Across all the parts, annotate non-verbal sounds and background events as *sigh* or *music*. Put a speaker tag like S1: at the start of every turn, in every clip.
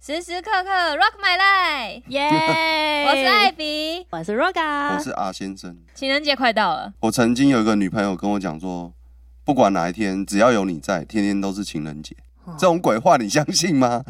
S1: 时时刻刻 rock my life，
S2: 耶！
S1: 我
S3: *laughs*
S2: 我
S1: 是艾，比。
S2: *laughs* 我是
S3: 我
S2: Roga，
S3: 是阿先生。
S1: 情人节快到了，
S3: 我曾经有一个女朋友跟我讲说，不管哪一天，只要有你在，天天都是情人节。这种鬼话你相信吗？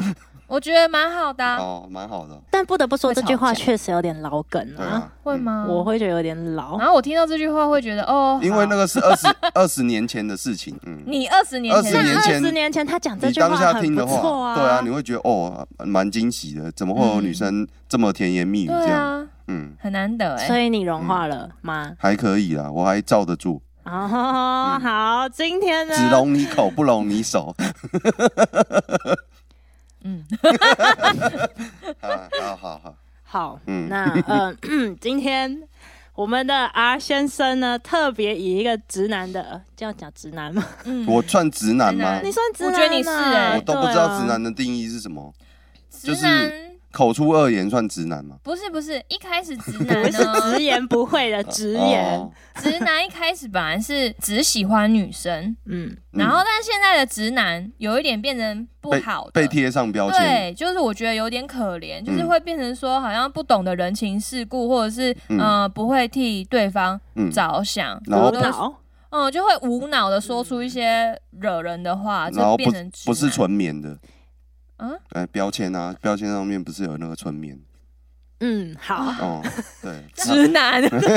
S1: 我觉得蛮好的啊、
S3: 哦，蛮好的。
S2: 但不得不说
S1: 会
S2: 这句
S1: 吵
S2: 话
S1: 架
S2: 确实有点老梗
S3: 对
S2: 啊
S3: 啊，，
S1: 会
S3: 嗯？
S1: 吗？
S2: 我。会觉得有点老
S1: 然。后我听到这句话会觉得，哦，
S3: 因为那个是二十二十年前的事情。嗯，
S1: 你二十年前啊
S3: 20年
S2: 那
S3: 前
S2: 二十年前他讲这
S3: 你
S2: 句话
S3: 当下
S2: 很
S3: 听
S2: 不
S3: 的
S2: 错
S3: 话，对啊，你会觉得哦，蛮惊喜的，怎么会有女生这么甜言蜜语
S1: 对
S3: 这样？
S1: 啊，
S3: 嗯，
S1: 很难得哎、
S2: 所以你融化了吗？
S3: 还可以啦，我还罩得住，嗯
S2: 哦，好，今天呢，
S3: 只容你口不容你手。 *laughs*
S1: 嗯，
S3: 啊， *laughs* 好好好，
S2: 好，
S3: 嗯
S2: 那呃，今天我们的 R 先生呢，特别以一个直男的，呃这样讲直男
S3: *laughs*
S2: 吗？
S1: 嗯
S3: 我算直男吗
S1: 直？
S2: 你算直
S1: 我
S2: 男、啊？
S1: 觉得你是欸
S3: 我都不知道
S2: 对
S3: 直
S2: 啊。
S3: 男的定义是什么，
S1: 直
S3: 是
S1: 男、
S3: 口出恶言算直男吗？
S1: 不是不是，一开始直男
S2: 不是
S1: 呢，
S2: 直言不讳的直言，
S3: *laughs* 哦
S1: 直男一开始本来是只喜欢女生，
S2: 嗯，
S3: 嗯
S1: 然后但现在的直男有一点变成不好的
S3: 被被贴上标签，
S1: 对，就是我觉得有点可怜，就是
S3: 嗯
S1: 会变成说好像不懂得人情世故，或者是
S3: 嗯
S1: 嗯、呃不会替对方
S3: 嗯，
S1: 着想，
S3: 然后
S2: 无
S1: 都是
S2: 脑，
S1: 嗯就会无脑的说出一些惹人的话，
S3: 然后
S1: 就
S3: 不
S1: 变成直
S3: 不是
S1: 男
S3: 纯棉的，
S1: 嗯
S3: 哎，标签啊，标签上面不是有那个纯棉
S2: 嗯，好，
S3: 哦，对，
S1: *laughs* 直男，
S3: *laughs*
S1: 这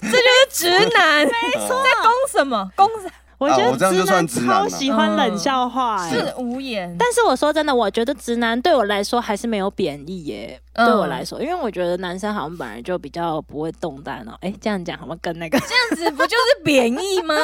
S1: 就是直
S2: *laughs*
S1: 男，没
S3: 错
S1: 在攻什么攻什么
S2: 我
S3: 啊
S2: 觉
S3: 我这
S2: 得直
S3: 样就算
S2: 男
S3: 直男了
S2: 超喜欢冷笑话、欸，
S1: 是无言，
S2: 但是我说真的，我觉得直男对我来说还是没有贬义耶、
S1: 嗯
S2: 对我来说，因为我觉得男生好像本来就比较不会动弹哦、哎、这样讲好像跟那
S1: *laughs*
S2: 个
S1: 这样子不就是贬义吗？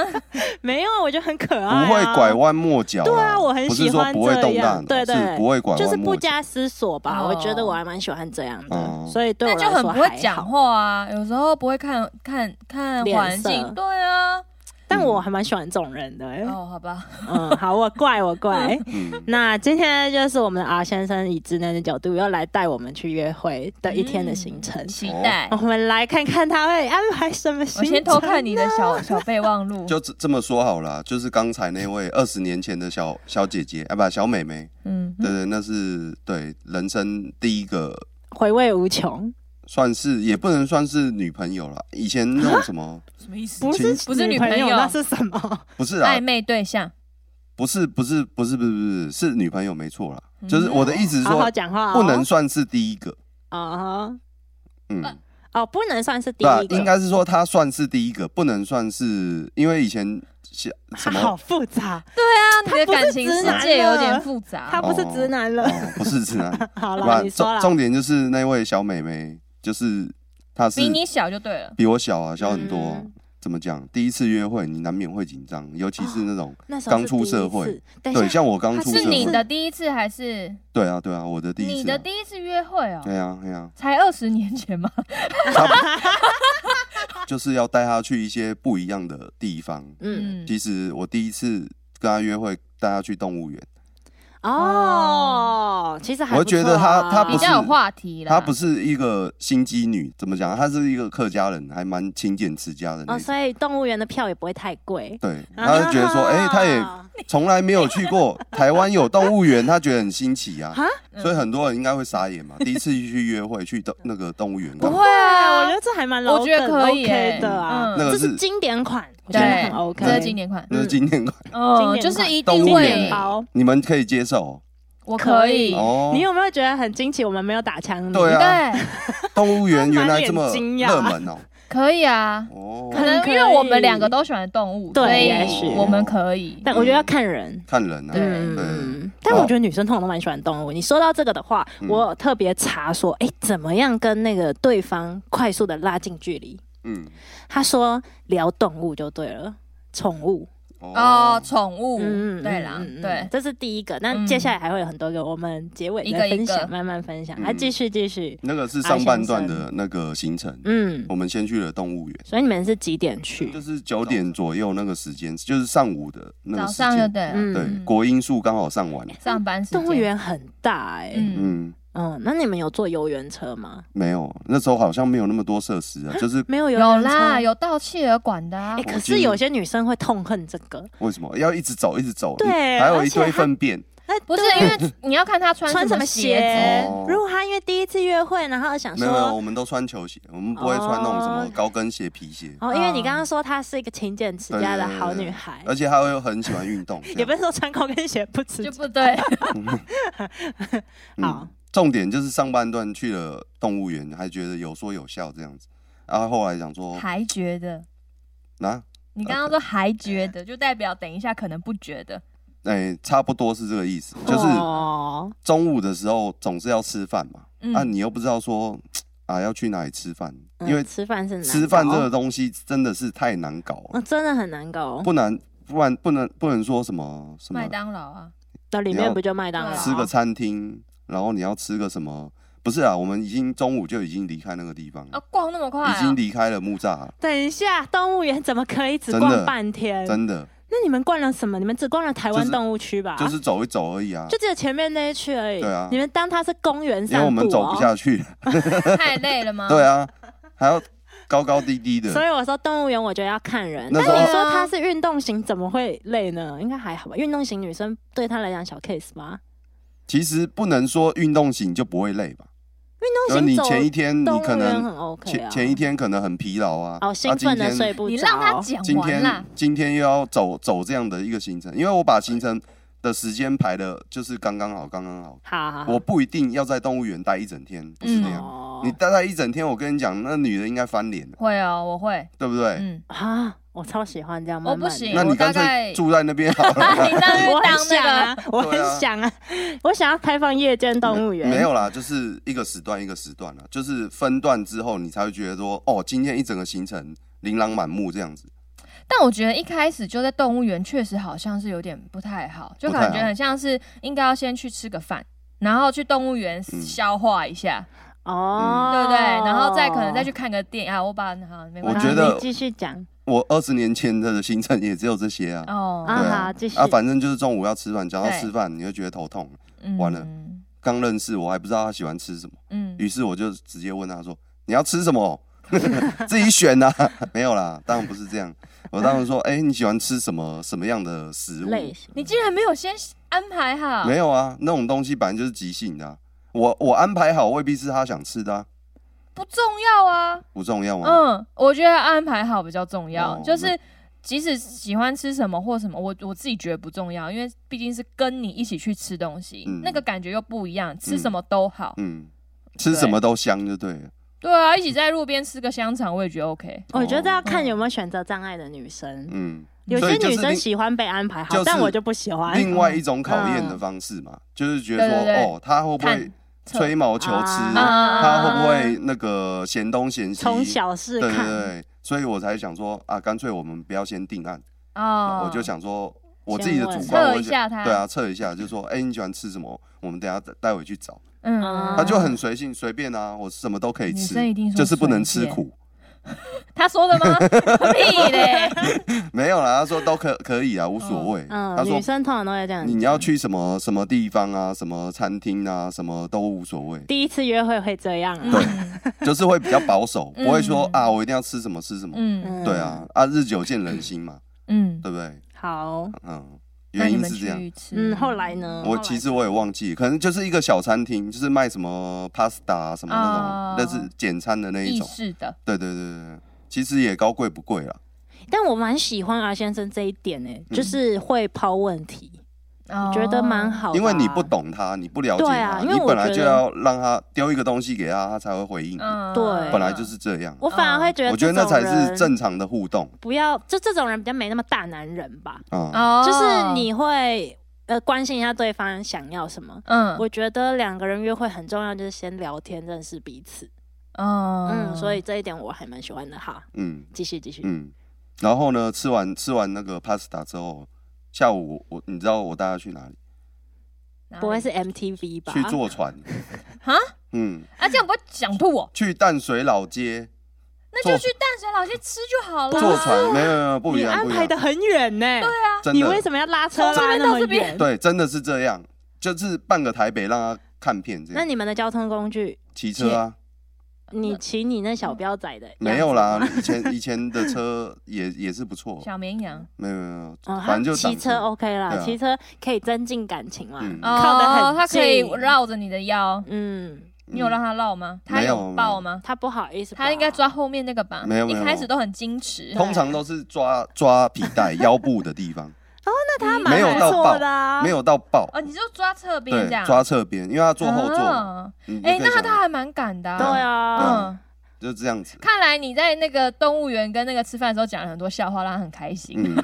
S2: 没有啊，我觉得很可爱、啊，
S3: *laughs* 不会拐弯抹角啦，
S2: 对啊我很
S3: 不是
S2: 喜
S3: 说
S2: 欢
S3: 不会
S2: 这
S3: 动
S2: 样
S3: 弹，
S2: 对对
S3: 是不会拐弯抹角，
S2: 就是不加思索吧。
S1: 哦
S2: 我觉得我还蛮喜欢这样的，
S3: 哦
S2: 所 *laughs* 以对我
S1: 但
S2: 来
S1: 就
S2: 说
S1: 很不会
S2: 还
S1: 讲
S2: 好。
S1: 话啊，有时候不会看看看
S2: 脸
S1: 环
S2: 色
S1: 境，对啊，
S2: 但我还蛮喜欢这种人的、哎
S1: 哦，好吧，
S2: 嗯，好，我怪我怪。
S3: 嗯，
S2: 那今天就是我们的 R 先生以直男的角度，要来带我们去约会的一天的行程。
S1: 嗯期待。
S2: *laughs*
S3: 哦
S2: 我们来看看他会安排什么行
S1: 我
S2: 程。
S1: 先偷看你的 *laughs* 小小备忘录，
S3: 就这这么说好了啊，就是刚才那位二十年前的小小姐姐，啊，不，小妹妹，
S1: 嗯，
S3: 对对，那是对人生第一个，
S2: 回味无穷，
S3: 算是也不能算是女朋友了，以前那种
S2: *laughs*
S3: 什么，
S1: 什么意思
S2: 不是
S1: 不是女
S2: 女
S1: 朋友啊
S2: 那是什么？
S3: 不是啊
S1: 暧，昧对象，
S3: 不是不是不是不是不是是女朋友没错啦，就是我的意思是
S2: 嗯好
S3: 说
S2: 好，讲话、哦，
S3: 不能算是第一个，
S2: 啊、
S3: 嗯。
S2: 哦，不能算是第
S3: 对啊
S2: 一，个，
S3: 应该是说他算是第一个，不能算是因为以前像
S2: 他
S3: 什么
S2: 好复杂，
S1: 那啊你的感情世界有点复
S2: 他
S1: 杂，
S2: 不是直男了。
S3: 哦，不是直男。
S2: *laughs* 好
S3: 不
S2: 了，
S3: 然
S2: 你说
S3: 重
S2: 了，
S3: 重点就是那位小美眉，就是她是
S1: 比你小就对了。
S3: 比我小啊，小很多。
S2: 嗯
S3: 怎么讲？第一次约会，你难免会紧张，尤其是那种、
S2: 那时候是
S3: 刚出社会
S2: 第一次，等一
S3: 对，
S2: 下，
S3: 像我刚出
S1: 是
S3: 社
S1: 你
S3: 会，
S1: 的第一次还是
S3: 对啊，对啊，我的第一
S1: 你
S3: 次、
S1: 的
S3: 啊，
S1: 第一次约会哦？
S3: 对啊，对啊，
S1: 才二十年前吗？
S3: 差不就是要带她去一些不一样的地方。
S2: 嗯，
S1: 嗯，
S3: 其实我第一次跟她约会，带她去动物园，
S2: 哦，其实还不错啊
S3: 我觉得他他不
S1: 比
S3: 是
S1: 较有话题啦。
S3: 她不是一个心机女，怎么讲？她是一个客家人，还蛮勤俭持家的那
S2: 哦，
S3: 种。
S2: 所以动物园的票也不会太贵。
S3: 对，她就觉得说，哎、
S2: 啊
S1: *laughs*
S3: 她也从来没有去过台湾有动物园，他觉得很新
S1: *laughs*
S3: 奇啊
S2: 啊，
S3: 所以很多人应该会傻眼嘛。第一次去约会去动那个动物园，
S1: 不
S3: 干嘛
S1: 会
S2: 对，我觉
S1: 啊
S2: 得？这还蛮老
S1: 我觉得
S2: 梗
S1: 可以
S2: OK
S1: 欸
S2: 的啊，
S1: 嗯
S3: 那个
S2: 这
S3: 是
S2: 是经典款，我觉得
S1: 对
S2: 很，OK。
S1: 这是经典款，
S3: 那是今天
S1: 嗯，
S2: 经典款
S1: 就是一
S3: 动
S1: 定
S3: 物
S1: 会
S3: 园
S2: 典，包，
S3: 你们可以接受
S1: 我可
S2: 可
S1: 以
S2: 以，
S3: 哦
S2: 你。有没有觉得很惊奇？我们没有打枪你，
S3: 对啊
S1: 对，
S3: 动物园原来这么
S2: 他满脸惊讶
S3: 热门哦，
S1: 可以啊。可
S3: 哦，
S1: 能因为我们两个都喜欢动物，
S2: 对
S1: 所
S2: 也
S1: 以
S2: 许
S1: 我们可以。
S2: 但我觉得要看人。
S3: 看人啊，
S1: 对
S2: 嗯，但我觉得女生通常都蛮喜欢动物。你说到这个的话，
S3: 嗯
S2: 我有特别查说，哎，怎么样跟那个对方快速的拉近距离？
S3: 嗯，
S2: 他说聊动物就对了，宠物。
S1: 哦，，宠物，
S2: 嗯，
S1: 对啦
S2: 嗯，嗯
S1: 对，
S2: 这是第一个。那
S1: 嗯
S2: 接下来还会有很多个，我们结尾
S1: 一
S2: 再
S1: 个一
S2: 分
S1: 个
S2: 享，慢慢分享。
S3: 嗯
S2: 来继续继续，
S3: 那个是上半段的那个行程，
S2: 嗯，
S3: 我们先去了动物园，
S2: 所以你们是几点去
S3: 就？是九点左右那个时间，就是上午的那
S1: 早
S3: 个时
S1: 上就
S3: 间，
S1: 对了，
S2: 嗯
S3: 对，国英数刚好上完，
S1: 上班时间
S2: 动物，园很大哎、
S1: 嗯，
S3: 嗯，
S2: 嗯，那你们有坐游园车吗？
S3: 没有，那时候好像没有那么多设施
S2: *laughs*
S3: 啊，就是
S2: 没有游
S1: 有
S2: 园车
S1: 啦，。有到企鹅馆的啊
S2: 哎、，
S3: 我
S2: 可
S3: 今
S2: 是有些女生会痛恨这个，
S3: 为什么要一直走，一直走？
S2: 对
S3: 还有
S2: 而
S3: 一
S2: 且
S3: 堆
S2: 它
S3: 粪便，
S2: 那
S1: 不是因
S3: *laughs*
S1: 为你要看他穿
S2: 穿什么
S1: 么
S2: 鞋
S1: 鞋
S3: 哦
S2: 如果他因为第一次约会，然后想
S3: 没有没有，
S2: 说，
S3: 我们都穿球鞋，我们不会穿那种什么高跟鞋、皮鞋，
S2: 哦，因为
S1: 嗯
S2: 你刚刚说她是一个勤俭持
S3: 对
S2: 家的
S3: 对对
S2: 好
S3: 对
S2: 女孩，
S3: 而且她会很喜欢运动。
S2: *laughs*
S3: 这
S2: 也
S3: 样
S2: 不是说穿高跟鞋不持
S1: 就
S2: 家。
S3: 哦
S1: 不对，
S2: 好
S3: 嗯，重点就是上半段去了动物园，还觉得有说有笑这样子，然后后来想说
S1: 还觉得。
S3: 啊，
S1: 你刚刚说还觉得，就代表等一下可能不觉得。
S3: 哎、差不多是这个意思，就是
S2: 哦
S3: 中午的时候总是要吃饭嘛，
S1: 嗯，
S3: 啊，你又不知道说啊要去哪里吃饭，因为
S2: 嗯吃饭是难
S3: 吃饭
S2: 搞
S3: 这个，东西真的是太难搞了，
S2: 嗯，真的很难搞。
S3: 不难，不然不能不能说什么什么
S1: 麦当劳啊，
S2: 那里
S3: 你
S2: 面
S3: 要
S2: 不就麦当劳？
S3: 吃个餐厅，然后你要吃个什么？不是啊，我们已经中午就已经离开那个地方了，
S1: 啊，逛那么快
S3: 已经
S1: 啊，
S3: 离开了木栅了，
S2: 等一下，动物园怎么可以只
S3: 真
S2: 逛
S3: 的
S2: 半天？
S3: 真的
S2: 那你们逛了什么？你们只逛了台湾
S3: 就是
S2: 动物区吧？
S3: 就是走一走而已啊，
S2: 就只有前面那一区而已。
S3: 对啊
S2: 你们当它是公园
S3: 因
S2: 散
S3: 为
S2: 步、哦，嗯
S3: 我们走不下去了，
S1: 太累了吗？
S3: *laughs* 对啊，还要高高低低的
S2: 所，以我说动物园我就要看人。
S3: 那
S2: 但
S3: 时候
S2: 你说她是运动型，怎么会累呢？应该还好吧？运动型女生对她来讲小 case 吧。
S3: 其实不能说运动型就不会累吧，
S2: 运
S3: 就是
S2: 动型
S3: 你
S2: 走
S3: 前一天你
S2: 动
S3: 可
S2: 物园
S3: 能
S2: 很 OK 啊。
S3: 前前一天可能很疲劳啊，
S2: 哦，兴奋的睡不着。
S1: 你让他讲
S3: 今
S1: 完啦
S3: 天。今天又要走走这样的一个行程，因为我把行程的时间排的就是刚刚好，刚刚好。
S2: 好好好。
S3: 我不一定要在动物园待一整天，不是这样。
S2: 哦
S3: 你待在一整天，我跟你讲，那女的应该翻脸了，
S1: 会哦，我会。
S3: 对不对？
S1: 嗯， *laughs*
S2: 啊，我超喜欢这样慢
S1: 我
S2: 慢的。
S1: 不行
S3: 那你
S1: 我大
S3: 干
S1: 概
S3: 脆住在那边好
S1: 啊
S3: 了。
S1: 你当然
S2: 我
S1: 当
S2: 很想
S1: 那
S2: 啊
S1: 个，
S2: 我很想啊，我想要开放夜间动物园。
S3: 没有啦，就是一个时段一个时段啦，就是分段之后，你才会觉得说，哦，今天一整个行程琳琅满目这样子。
S1: 但我觉得一开始就在动物园，确实好像是有点不太好，就
S3: 不太好
S1: 感觉很像是应该要先去吃个饭，然后去动物园
S3: 嗯
S1: 消化一下，
S2: 哦，
S1: 对不对？然后再可能再去看个电影啊，我把好没
S3: 我
S1: 关系。
S3: 觉得
S2: 你继续讲
S3: 我二十年前的行程也只有这些啊。
S1: 哦，
S3: 对
S2: 啊好
S3: 啊
S2: 继，续
S3: 啊，反正就是中午要吃饭，讲到
S1: 对
S3: 吃饭，你就觉得头痛。
S1: 嗯
S3: 完了刚认识我还不知道他喜欢吃什么，
S1: 嗯，
S3: 于是我就直接问他说：“你要吃什么？ *laughs* 自己选呐、 *laughs* 没有啦，当然不是这样。我当时说：“哎、你喜欢吃什么什么样的食物？”
S2: 类型。
S1: 你竟然没有先安排好，
S3: 没有啊，那种东西本来就是即兴的啊、我我安排好未必是他想吃的、啊，
S1: 不重要啊。
S3: 不重要吗？
S1: 嗯，我觉得安排好比较重要，
S3: 哦
S1: 就是。即使喜欢吃什么或什么，我我自己觉得不重要，因为毕竟是跟你一起去吃东西，
S3: 嗯
S1: 那个感觉又不一样。吃什么都好，
S3: 嗯，吃什么都香就对了。
S1: 对啊，一起在路边吃个香肠，我也觉得 OK。
S2: 我哦觉得要看有没有选择障碍的女生，
S3: 哦嗯，
S2: 有
S3: 所
S2: 些
S3: 以就是
S2: 女生
S3: 另
S2: 喜欢被安排好，
S3: 就是
S2: 但我就不喜欢。
S3: 另外一种考验的方式嘛，就是觉得说
S1: 嗯对对对
S3: 哦，他会不会
S1: 看
S3: 吹毛求疵？
S2: 啊
S3: 他会不会那个嫌东嫌西？
S2: 从小试
S3: 对对
S2: 看，
S3: 对，所以我才想说啊，干脆我们不要先定案，
S1: 哦，
S3: 我就想说我自己的主
S2: 先
S3: 观，
S1: 测
S3: 我
S1: 一
S3: 就对
S1: 下他，
S3: 啊，测一下，就说哎、你喜欢吃什么？我们等一下带回去找。
S1: 嗯，
S2: 啊
S1: 嗯，
S3: 他就很随性，随便啊，我什么都可以
S1: 女
S3: 吃
S1: 生一定，说
S3: 就是不能
S1: 随
S3: 吃
S1: 便
S3: 苦。
S1: 他说的
S2: *laughs*
S1: 吗？屁嘞！
S3: 没有啦，他说都可可以啊，无所谓。
S2: 嗯
S3: 他，说
S2: 女生通常都会这样。，
S3: 你要去什么什么地方啊，什么餐厅啊，什么都无所谓 *laughs*
S2: 第一次约会会这样啊？
S1: 嗯
S3: 就是会比较保守，
S1: 嗯
S3: 不会说啊，我一定要吃什么吃什么。
S1: 嗯
S2: 嗯
S3: 对啊，啊，日久见人心嘛， *clears throat*
S1: 嗯，
S3: 对不对？
S2: 好，
S3: 嗯，
S1: 那
S3: 原
S1: 你
S3: 因
S1: 们
S3: 是这样。
S1: 去吃
S2: 嗯，后来呢？
S3: 我其实我也忘记，可能就是一个小餐厅，就是卖什么 pasta 啊什么那
S1: 哦
S3: 种，但是简餐的那一
S1: 意
S3: 种。
S1: 式的，
S3: 对对对对对，其实也高贵不贵啦。
S2: 但我蛮喜欢阿先生这一点诶，
S3: 嗯
S2: 就是会抛问题，
S1: 哦
S2: 觉得蛮。好的啊。
S3: 因为你不懂他，你不了解
S2: 对啊
S3: 他，
S2: 因为
S3: 你
S2: 我
S3: 本来
S2: 觉
S3: 就
S2: 得
S3: 要让他丢一个东西给他，他才会回应你。
S1: 嗯
S2: 对
S3: 本来就是这样，啊
S2: 我反而会觉得，
S3: 我觉得那才是。正常的互动
S2: 不要，就这种人比较没那么大男人吧。
S3: 啊。
S1: 哦，
S2: 就是你会呃关心一下对方想要什么。
S1: 嗯
S2: 我觉得两个人约会很重要，就是先聊天认识彼此。
S1: 嗯
S2: 嗯，所以这一点我还蛮喜欢的哈。
S3: 嗯
S2: 继续继续，
S3: 嗯，然后呢，吃完吃完那个 pasta 之后，下午我我你知道我带他去哪里？
S1: 哪
S2: 不会
S1: 里
S2: 是 MTV 吧？
S3: 去
S2: *laughs*
S3: 坐船
S1: 啊？
S3: 嗯，
S1: 啊，这样不会想吐我？
S3: 去淡水老街
S1: 那
S3: 坐
S1: 就去淡水老街吃就好了。
S3: 坐船，没有没有没有不
S2: 啊你
S3: 一样
S2: 安
S3: 不一
S2: 排
S3: 样
S2: 的，很远呢、
S3: 真
S2: 你为
S3: 的
S2: 什么要拉车
S1: 从这
S2: 拉
S1: 边
S2: 那
S1: 到
S2: 么
S1: 这边
S2: 远？
S3: 对，真的是这样，就是半个台北让他看片这
S2: 那
S3: 样，
S2: 你们的交通工具
S3: 骑车啊，
S2: 你骑你那小彪仔的样子
S3: 嗯没有啦，以前以前的车也也是
S2: *laughs*
S3: 不错，
S1: 小绵羊，
S3: 没有没有没有，
S2: 哦，他
S3: 反正就
S2: 骑
S3: 挡
S2: 车 OK 啦，
S3: 对啊
S2: 骑车可以增进感情嘛，
S3: 嗯
S2: 靠得很
S1: 哦，它可以
S2: 近
S1: 绕着你的腰，
S2: 嗯，
S1: 你有让它绕吗？它
S3: 没有
S1: 有抱吗？
S2: 他不好意思吧，
S1: 它应该抓后面那个吧？
S3: 没有没
S1: 一
S3: 有
S1: 开始都很矜持。
S3: 通常都是抓抓皮带腰部的地
S1: *laughs*
S3: 方，
S2: 那他蛮
S3: 没有到
S2: 不
S3: 爆
S2: 错的啊，
S3: 没有到爆，
S1: 哦，你就抓侧边
S3: 对
S1: 这样，，
S3: 抓侧边，因为他坐后座嘛，嗯
S1: 哦
S3: 你就
S1: 哎，
S3: 可以
S1: 那
S3: 想
S1: 他还蛮敢的啊。
S2: 对啊，
S1: 嗯，
S3: 就
S1: *laughs*
S3: 这样子，
S1: 看来你在那个动物园跟那个吃饭的时候讲了很多笑话，让他很开心，
S3: 嗯，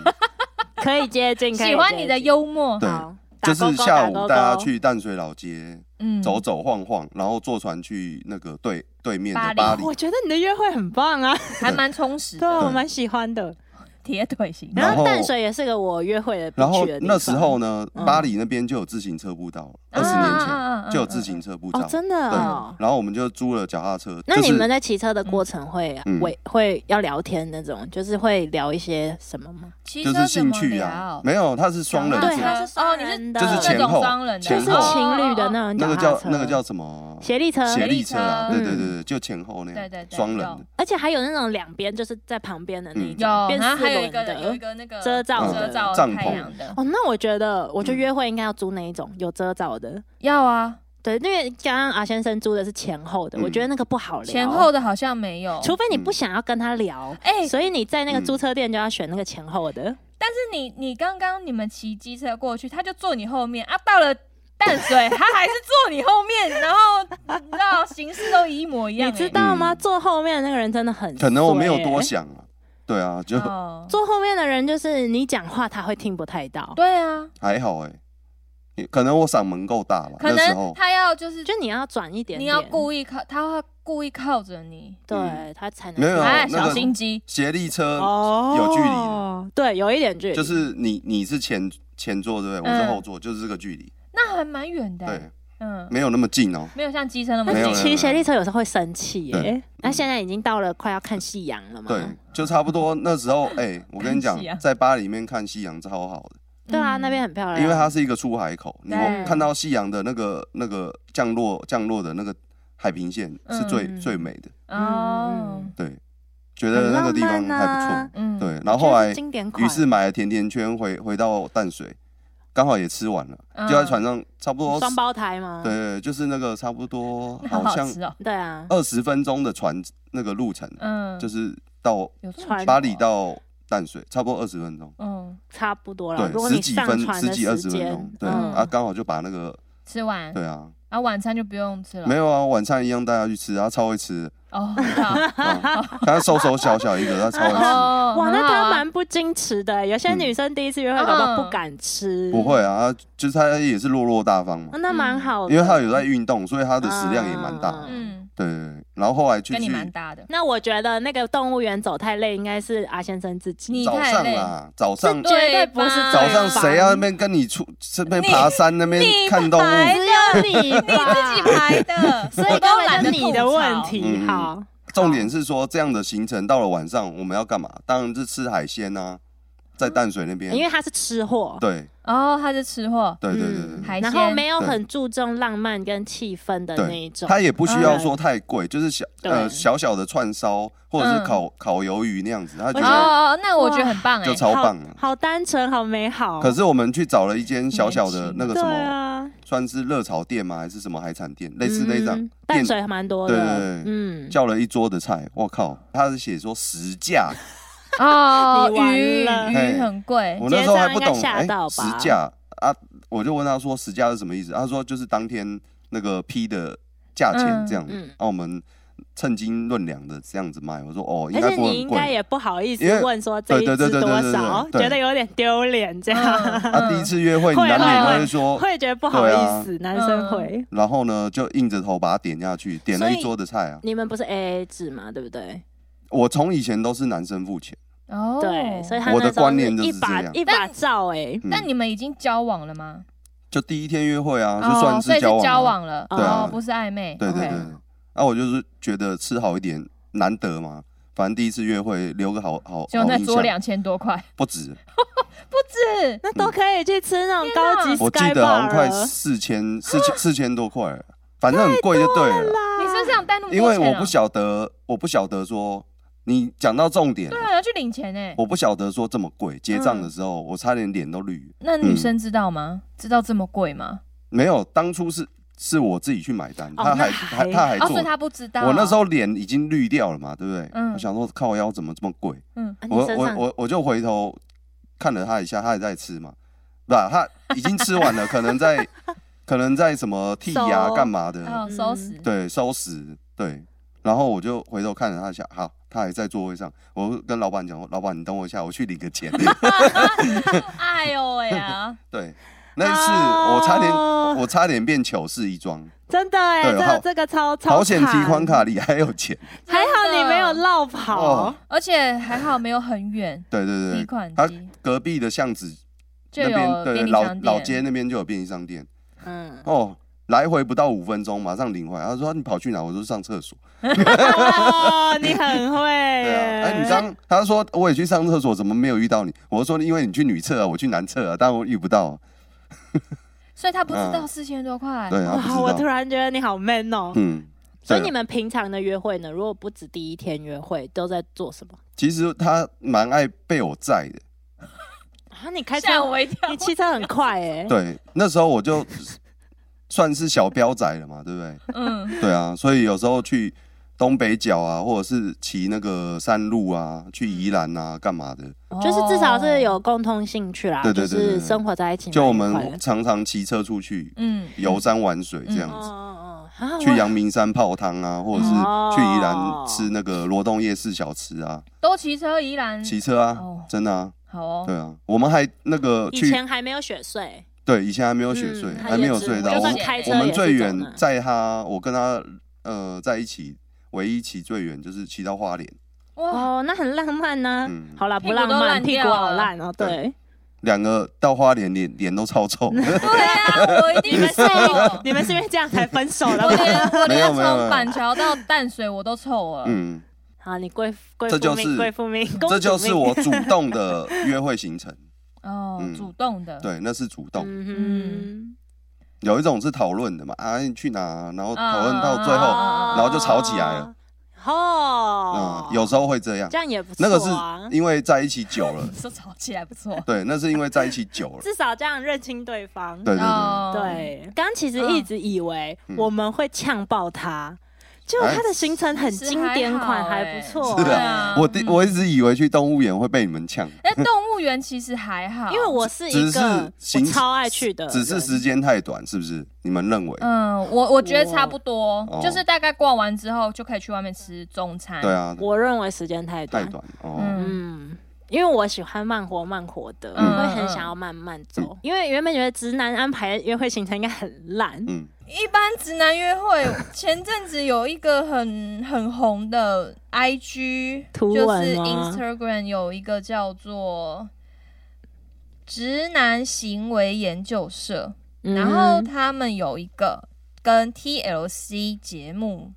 S2: 可以接近，可以
S1: 喜欢你的
S2: 接近
S1: 幽默。
S3: 对
S2: 好打
S3: 就
S2: 勾
S3: 是
S2: 勾
S3: 下
S2: 打
S3: 午
S2: 勾
S3: 带他
S2: 勾
S3: 去淡水老街
S1: 嗯，
S3: 走走晃晃，然后坐船去那个对对面的
S1: 巴
S3: 巴
S1: 黎
S3: 黎，
S2: 我觉得你的约会很棒啊，
S1: 还蛮充实的，
S2: 对啊我蛮喜欢的。
S1: 铁腿型的。
S3: 然
S2: 然
S3: 后
S2: 后淡水也是个我约会的必
S3: 然后
S2: 去的地
S3: 那时
S2: 方
S3: 候呢，
S2: 嗯
S3: 巴黎那边就有自行车步道，二十
S1: 啊啊
S3: 年
S1: 啊啊啊
S3: 前就有自行车步
S2: 哦
S3: 道，，
S2: 真的
S3: 对
S2: 哦。
S3: 然后我们就租了脚踏车，
S2: 那
S3: 就
S2: 你
S3: 是
S2: 们在骑车的过程会啊
S3: 嗯
S2: 会会要聊天那种，就是会聊一些什么吗？
S1: 骑
S3: 就
S1: 车
S3: 是
S1: 怎
S3: 兴
S1: 么
S3: 趣啊
S1: 聊，？
S3: 没有，它是双人
S1: 脚踏
S2: 对，
S1: 车
S3: 座，
S2: 哦它是双人的，
S3: 嗯就是
S1: 那
S3: 前
S1: 种
S3: 后
S1: 双人的，哦
S2: 就
S3: 前
S2: 是
S3: 后
S2: 情侣的那种
S3: 那
S2: 脚
S3: 个
S2: 踏
S3: 叫
S2: 车，
S3: 那个叫什么？啊
S2: 协力车，
S3: 协力
S1: 力
S3: 车啊，
S1: 车
S3: 对对
S2: 嗯
S3: 对对，就前后那
S1: 对对
S3: 样，
S1: 对
S3: 双人
S1: 有
S3: 的，
S2: 而且还有那种两边就是在旁边的那一
S3: 嗯
S2: 种，
S1: 哦有，
S2: 变
S1: 然后
S2: 四
S1: 还有一
S2: 轮
S1: 个
S2: 的
S1: 有一个那个
S2: 遮罩
S1: 遮
S2: 的
S1: 罩
S3: 帐
S1: 太
S3: 篷
S1: 阳的，
S2: 哦，那我觉得，我觉得
S3: 嗯
S2: 约会应该要租那一种有遮罩的。
S1: 要啊，
S2: 对，因为刚刚阿先生租的是前后的，
S3: 嗯
S2: 我觉得那个不好聊。
S1: 前后，的好像没有。
S2: 除非你不想要跟他聊，
S1: 哎，
S2: 所以你在那个租车店就要选那个前后的。
S1: 但是你你刚刚你们骑机车过去，他就坐你后面啊，到了淡
S2: *laughs*
S1: 水他还是坐你后面，然后你知道形式都一模一样
S2: 你
S1: 欸。
S2: 知道吗？
S3: 嗯
S2: 坐后面的那个人真的很、欸
S3: 可能我没有多。想啊，对啊，就
S1: 哦，
S2: 坐后面的人就是你讲话他会听不太到，
S1: 对啊，
S3: 还好哎，也可能我嗓门够大吧，
S1: 可
S3: 那时
S1: 能
S3: 候
S1: 他要就是
S2: 就你要转一点点，
S1: 你要故意靠，他会故意靠着你，
S2: 对
S3: 嗯
S2: 他才能
S3: 没有
S1: 哎，
S3: 那个
S1: 小心机。
S3: 协力车
S2: 哦
S3: 有距离
S2: 离，对，有一点距离，
S3: 就是你你是前前座对不对？我是
S1: 嗯
S3: 后座，就是这个距离，
S1: 那还蛮远的欸、
S3: 对，
S1: 嗯，
S3: 没有那么近哦。
S1: 没有像机车那么
S3: 没有
S2: 但
S1: 近
S2: 是。骑斜力车有时候会生气耶、
S3: 对
S2: 那现在已经到了快要看夕阳了嘛？
S3: 对，就差不多那时候，
S1: *laughs*
S3: 哎，我跟你讲
S1: 看夕阳，
S3: 在巴黎里面看夕阳超好的，
S2: 对啊，
S1: 嗯
S2: 嗯那边很漂亮，
S3: 因为它是一个出海口，你
S1: 对
S3: 看到夕阳的那个那个降落降落的那个海平线是最
S1: 嗯
S3: 最美的，
S1: 哦，
S2: 嗯
S3: 对，觉得那个地方
S2: 很浪漫
S3: 还
S2: 啊
S3: 不
S1: 嗯，
S3: 错，对，。然后后
S2: 就
S3: 来
S2: 是经典款，
S3: 于是买了甜甜圈回回到淡水，刚好也吃完了，
S1: 嗯
S3: 就在船上差不多
S2: 双胞胎吗？
S3: 对对，就是那个差不多
S1: 那好
S3: 好
S1: 好
S3: 像
S1: 吃哦，
S2: 对啊，
S3: 二十分钟的船那个路程，
S1: 嗯，
S3: 就是到
S1: 有这么
S2: 船
S1: 久
S3: 巴黎
S1: 哦，
S3: 到淡水差不多二十分钟，
S1: 嗯，
S2: 差不多了。如
S3: 对，
S2: 果
S3: 十
S2: 你
S3: 几
S2: 上
S3: 分
S2: 船
S3: 十
S2: 的
S3: 几二十
S2: 时
S3: 分
S2: 间嗯
S3: 钟，，对
S1: 嗯
S3: 啊，刚好就把那个
S1: 吃完，
S3: 对啊，
S1: 然后晚餐就不用吃了，
S3: 没有啊，晚餐一样带他去吃，他超
S2: *laughs*
S3: 会吃，
S1: 哦，好
S3: 啊他瘦瘦小小一个，他超会吃，
S1: 哦，
S2: 哇，那
S1: 很好啊
S2: 他蛮不矜持的。有些女生第一次约会，搞不好不敢吃，
S3: 嗯不会啊，他就是他也是落落大方嘛
S2: 哦，，那蛮好的。
S3: 嗯因为他有在运动，所以他的食量也蛮大的，
S1: 嗯，
S3: 对对对，然后后来就
S1: 跟你
S3: 去
S1: 蛮搭的，
S2: 那我觉得那个动物园走太累，应该是阿先生自己
S1: 你
S3: 早
S1: 太
S3: 上
S1: 累
S3: 啦，早上
S1: 对吧
S2: 绝对不是
S1: 啊
S3: 早上
S2: 对吧
S3: 谁要那边跟你出这边
S1: 你
S3: 爬山那边
S1: 你
S3: 看动
S1: 排
S3: 物？
S2: 只有
S1: *laughs*
S2: 你你
S1: 自己排的，
S2: 啊 *laughs* 所以
S1: 我都
S2: 根本
S1: 懒
S2: 就
S1: 得
S2: 是你的
S1: 吐槽
S2: 问题。
S3: 嗯
S2: 好，
S3: 重点是说这样的行程到了晚上我们要干嘛？当然是吃海鲜啊，在淡水那边。
S1: 嗯
S2: 因为他是吃货。
S3: 对
S1: 哦，他是吃货，
S3: 对对对对
S2: 嗯
S1: 海
S2: 然后
S1: 鲜
S2: 没有
S3: 对
S2: 很注重浪漫跟气氛的那一
S3: 对，
S2: 种，
S3: 它也不需要说太贵，就是小呃
S2: 对
S3: 小小的串烧或者
S1: 嗯
S3: 是烤烤鱿鱼那样子，他觉
S1: 哦
S3: 得
S1: 哦，哦那我觉得很棒哎
S3: 就，超棒的。
S2: 好单纯，好美好。
S3: 可是我们去找了一间小小
S1: 年
S3: 的
S1: 轻
S3: 那个
S2: 对
S3: 什么，
S2: 啊，
S3: 算是热炒店吗？还是什么海产店？类似那种
S2: 嗯，淡水还蛮多的，
S3: 对对对
S2: 嗯，
S3: 叫了一桌的菜，我靠，他是写说实价，
S1: 哦，
S2: *laughs* 你完
S1: 鱼
S2: 了
S1: 鱼很贵，
S3: 我那时候还不
S2: 结账应该
S3: 懂，
S2: 吓
S3: 哎、
S2: 到
S3: 实
S2: 吧
S3: 价啊，我就问他说实价是什么意思？他说就是当天那个批的价钱这样，
S2: 嗯嗯
S3: 啊，我们称斤论两的这样子卖。我说哦，应
S2: 而
S3: 该
S2: 且
S3: 不
S2: 你
S3: 会很
S2: 应该
S3: 贵。
S2: 也不好意思
S3: 因为
S2: 问说这一
S3: 对对
S2: 只
S3: 对对
S2: 多
S3: 对对
S2: 少，
S3: 对对
S2: 觉得有点丢脸这 *laughs* 样，
S1: 嗯
S3: 啊，第一次约会你难免
S2: 会
S3: 会说，
S2: 会觉得不好意思，
S3: 啊
S2: 男生
S1: 嗯
S2: 会。
S3: 然后呢就硬着头把它点下去，点了
S2: 所以
S3: 一桌的菜啊。
S2: 你们不是 A A 制嘛，对不对？
S3: 我从以前都是男生付钱，
S1: 哦，
S2: *laughs* 对，所以他
S3: 我的
S2: 那时候
S3: 观念就是
S2: 一把
S3: 这样
S2: 一把照哎、
S3: 嗯
S1: 但你们已经交往了吗？
S3: 就第一天约会啊，就
S1: 哦，
S3: 算
S1: 所以是
S3: 是交往啊、
S1: 交往了，
S2: 对啊
S1: 哦，不是暧昧，
S3: 对对
S1: OK
S3: 对，那、我就是觉得吃好一点难得嘛，反正第一次约会留个好好
S1: 就
S3: 好
S1: 那
S3: 哦印
S1: 桌
S3: 象，
S1: 两千多块， *laughs*
S3: 不止，
S1: 是
S2: 那都可以去吃那种高级
S3: 我
S2: sky
S3: 记得好
S2: bar
S3: 像快
S2: 了。
S3: 四千四千四千多块了，反正很贵就对了啦。
S1: 你是就这样带那么多
S3: 因
S1: 钱、啊？
S3: 为我不晓得，我不晓得说你讲到重点了
S1: 对，啊，嗯要去领钱哎、
S3: 我不晓得说这么贵，结账的时候、我差点脸都绿了。
S1: 那女生知道吗？知道这么贵吗？
S3: 没有，当初是是我自己去买单，
S2: 哦
S3: 他
S2: 那
S3: 还
S2: 还
S3: 还他还
S1: 哦，
S3: 做
S1: 所以，她不知道。
S3: 我那时候脸已经绿掉了嘛，对不对？
S1: 嗯
S3: 我想说靠腰怎么这么贵？
S1: 嗯，
S2: 啊你
S3: 我
S2: 身
S3: 我
S2: 上
S3: 我我就回头看了他一下，他还在吃嘛，不，他已经吃完了，可
S1: *laughs*
S3: 能在可能在什么剔牙
S2: 收
S3: 干嘛的，
S1: 还有收拾。
S3: 对，收拾，对。然后我就回头看了他一下，好，他还在座位上。我跟老板讲说，老板你等我一下，我去领个
S1: *laughs*
S3: 钱。
S1: 哎呦喂
S3: *laughs*
S1: 啊！
S3: 对，那一次我差点，
S1: 哦
S3: 我差点变糗事一桩，
S2: 真的哎、
S3: 对
S2: 这
S3: 好
S2: 个这个超超
S3: 保险提款
S2: 惨，
S3: 卡里还有钱。
S2: 还好你没有
S1: 真的，
S2: 绕跑。
S3: 哦
S1: 而且还好没有很远，
S3: 对 *laughs* 对
S1: 提
S3: 对，
S1: 款
S3: 他
S1: 机
S3: 隔壁的巷子
S1: 就
S3: 那
S1: 有
S3: 边，
S1: 便
S3: 对
S1: 利
S3: 老
S1: 商店。
S3: 老街那边就有便利商店。
S2: 嗯，
S3: 哦，来回不到五分钟，马上领回来。他说啊你跑去哪？我说上厕所。
S2: 哦，你很会
S3: 对
S2: 耶。
S3: 啊，哎，你刚他说我也去上厕所，怎么没有遇到你？我说因为你去女厕啊，我去男厕啊，但我遇不到啊。
S1: 所以她不知道
S3: 嗯
S1: 四千多块。
S3: 对啊，
S2: 哎哇，
S3: 不
S2: 我
S3: 知
S2: 突
S3: 道。
S2: 然觉得你好 man 哦。
S3: 嗯，
S2: 所以
S3: 对
S2: 你们平常的约会呢？如果不止第一天约会，都在做什么？
S3: 其实他蛮爱被我载的。
S2: 啊，你开车，
S1: 吓我一跳
S2: 你！骑车很快哎、
S3: *laughs* 对，那时候我就 *laughs* 算是小彪仔了嘛，对
S2: *laughs*
S3: 不对？
S1: 嗯，
S3: 对啊，所以有时候去东北角啊，或者是骑那个山路啊，去宜兰啊，干嘛的？
S2: 就是至少是
S1: 哦
S2: 有共通兴趣啦，
S3: 对对对对
S2: 就是生活在一起蛮
S3: 就我
S2: 愉快的
S3: 们常常骑车出去
S1: 嗯，
S3: 游山玩水这样
S2: 哦
S3: 子。
S2: 哦哦啊，
S3: 去
S2: 我
S3: 阳明山泡汤啊，或者是去宜兰吃那个罗东夜市小吃啊，
S1: 都骑车宜
S2: 嗯
S1: 兰。
S3: 骑车啊
S1: 哦，
S3: 真的啊，
S1: 好哦
S3: 对，啊，我们还那个
S2: 以
S3: 去
S2: 前还没有雪穗，
S3: 对，以前还没有雪隧，
S2: 嗯
S3: 还没有
S2: 他也
S3: 隧
S2: 是
S3: 道。
S2: 就
S3: 我
S2: 算
S3: 们
S2: 开车
S3: 我们
S2: 也是啊
S3: 最
S2: 走
S3: 远
S2: 呢
S3: 在他，我跟他呃在一起，唯一骑最远就是骑到花莲，
S1: 哇，
S2: 哦，那很浪漫呢、
S3: 嗯
S2: 好啦，不
S1: 屁股
S2: 浪
S1: 都
S2: 漫，
S1: 烂
S2: 屁
S1: 掉
S2: 股好
S1: 了
S2: 烂哦。
S3: 对
S2: 对，
S3: 两个到花莲脸脸都
S2: *laughs*
S3: 超臭。
S1: 对啊，我一
S3: *laughs*
S1: 定
S2: 们是 *laughs*
S1: 瘦。
S2: 你们是因为这样才分手的
S1: 我
S2: 吗？
S1: 连我
S3: 没有
S1: 连
S3: 没有没
S1: 从
S3: 有
S1: 板桥到淡水我都臭了。
S3: 嗯，
S2: 好，你贵贵
S3: 这
S2: 妇
S3: 就
S2: 命，
S3: 是
S2: 贵妇命，公
S3: 这
S2: 主
S3: 就是
S2: 命
S3: 我主动的约会行
S2: *laughs*
S3: 程。
S1: 哦
S3: 嗯，
S1: 主动的。
S3: 对，那是主动。
S2: 嗯
S3: 有一种是讨论的嘛，啊，你去哪啊？然后
S1: 啊
S3: 讨论到最
S2: 哼，
S3: 后，
S1: 哦
S3: 然后就吵起来了。
S2: 哦
S3: 嗯，，有时候会这样
S2: 这。样也不错
S3: 那
S2: 啊。
S3: 个是因为在一起久
S2: *laughs*
S3: 了，
S1: 说吵起来不错。
S3: 对，那是因为在一起久了。
S2: 至少这样认清对方。
S3: 对对对，
S1: 哦，
S2: 对，刚其实一直以为
S3: 嗯哎
S2: 我们会呛爆他，结果他的行程很经典款，
S1: 其实还好哎
S2: 还不错。
S3: 是
S1: 对
S3: 啊
S1: 啊，
S3: 我第
S2: 嗯
S3: 我一直以为去动物园会被你们呛，
S1: 哎，动物园其实还好，
S2: 哎因为我是
S3: 只
S2: 一
S3: 是
S2: 个我
S3: 行
S2: 超爱去的人，
S3: 只是时间太短，是不是？你们认为？
S1: 嗯，我我觉得差不多
S3: 哦，
S1: 就是大概逛完之后就可以去外面吃中餐。
S3: 对，啊，
S2: 我认为时间太
S3: 太
S2: 短。
S3: 短哦。
S1: 嗯
S2: 嗯，因为我喜欢慢活慢活的，
S1: 嗯
S2: 我会很想要慢慢走。因为原本觉得直男安排约会行程应该很烂，
S3: 嗯，
S1: 一般直男约会，前阵子有一个很很红的 IG，
S2: 图
S1: 就
S2: 文
S1: 是
S2: 吗
S1: Instagram 有一个叫做直男行为研究社，然后
S2: 嗯
S1: 他们有一个跟 TLC 节目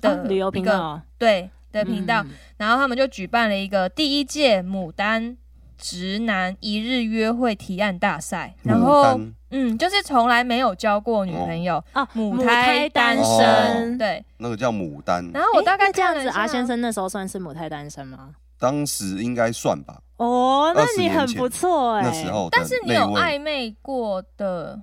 S2: 啊
S1: 的
S2: 旅游频
S1: 一个
S2: 道哦
S1: 对的频道，
S2: 嗯
S1: 然后他们就举办了一个第一届牡丹直男一日约会提案大赛，然
S3: 牡
S1: 后
S3: 丹
S1: 嗯，就是从来没有交过女朋友，
S2: 哦，
S1: 母
S2: 母
S1: 胎
S2: 胎单
S1: 单
S3: 哦
S2: 身。
S1: 对。
S3: 那个叫牡丹，
S1: 然后哦我大概
S2: 哎诶那这样
S1: 看了一
S2: 子，
S1: 下
S2: 阿先，生那时候算是母胎单身吗？
S3: 当时应该算吧，
S2: 哦，那
S3: 20
S2: 你
S3: 年
S2: 很
S3: 前
S2: 不错哎。
S3: 那时候的
S1: 但是你
S3: 那
S1: 有
S3: 位
S1: 暧昧过的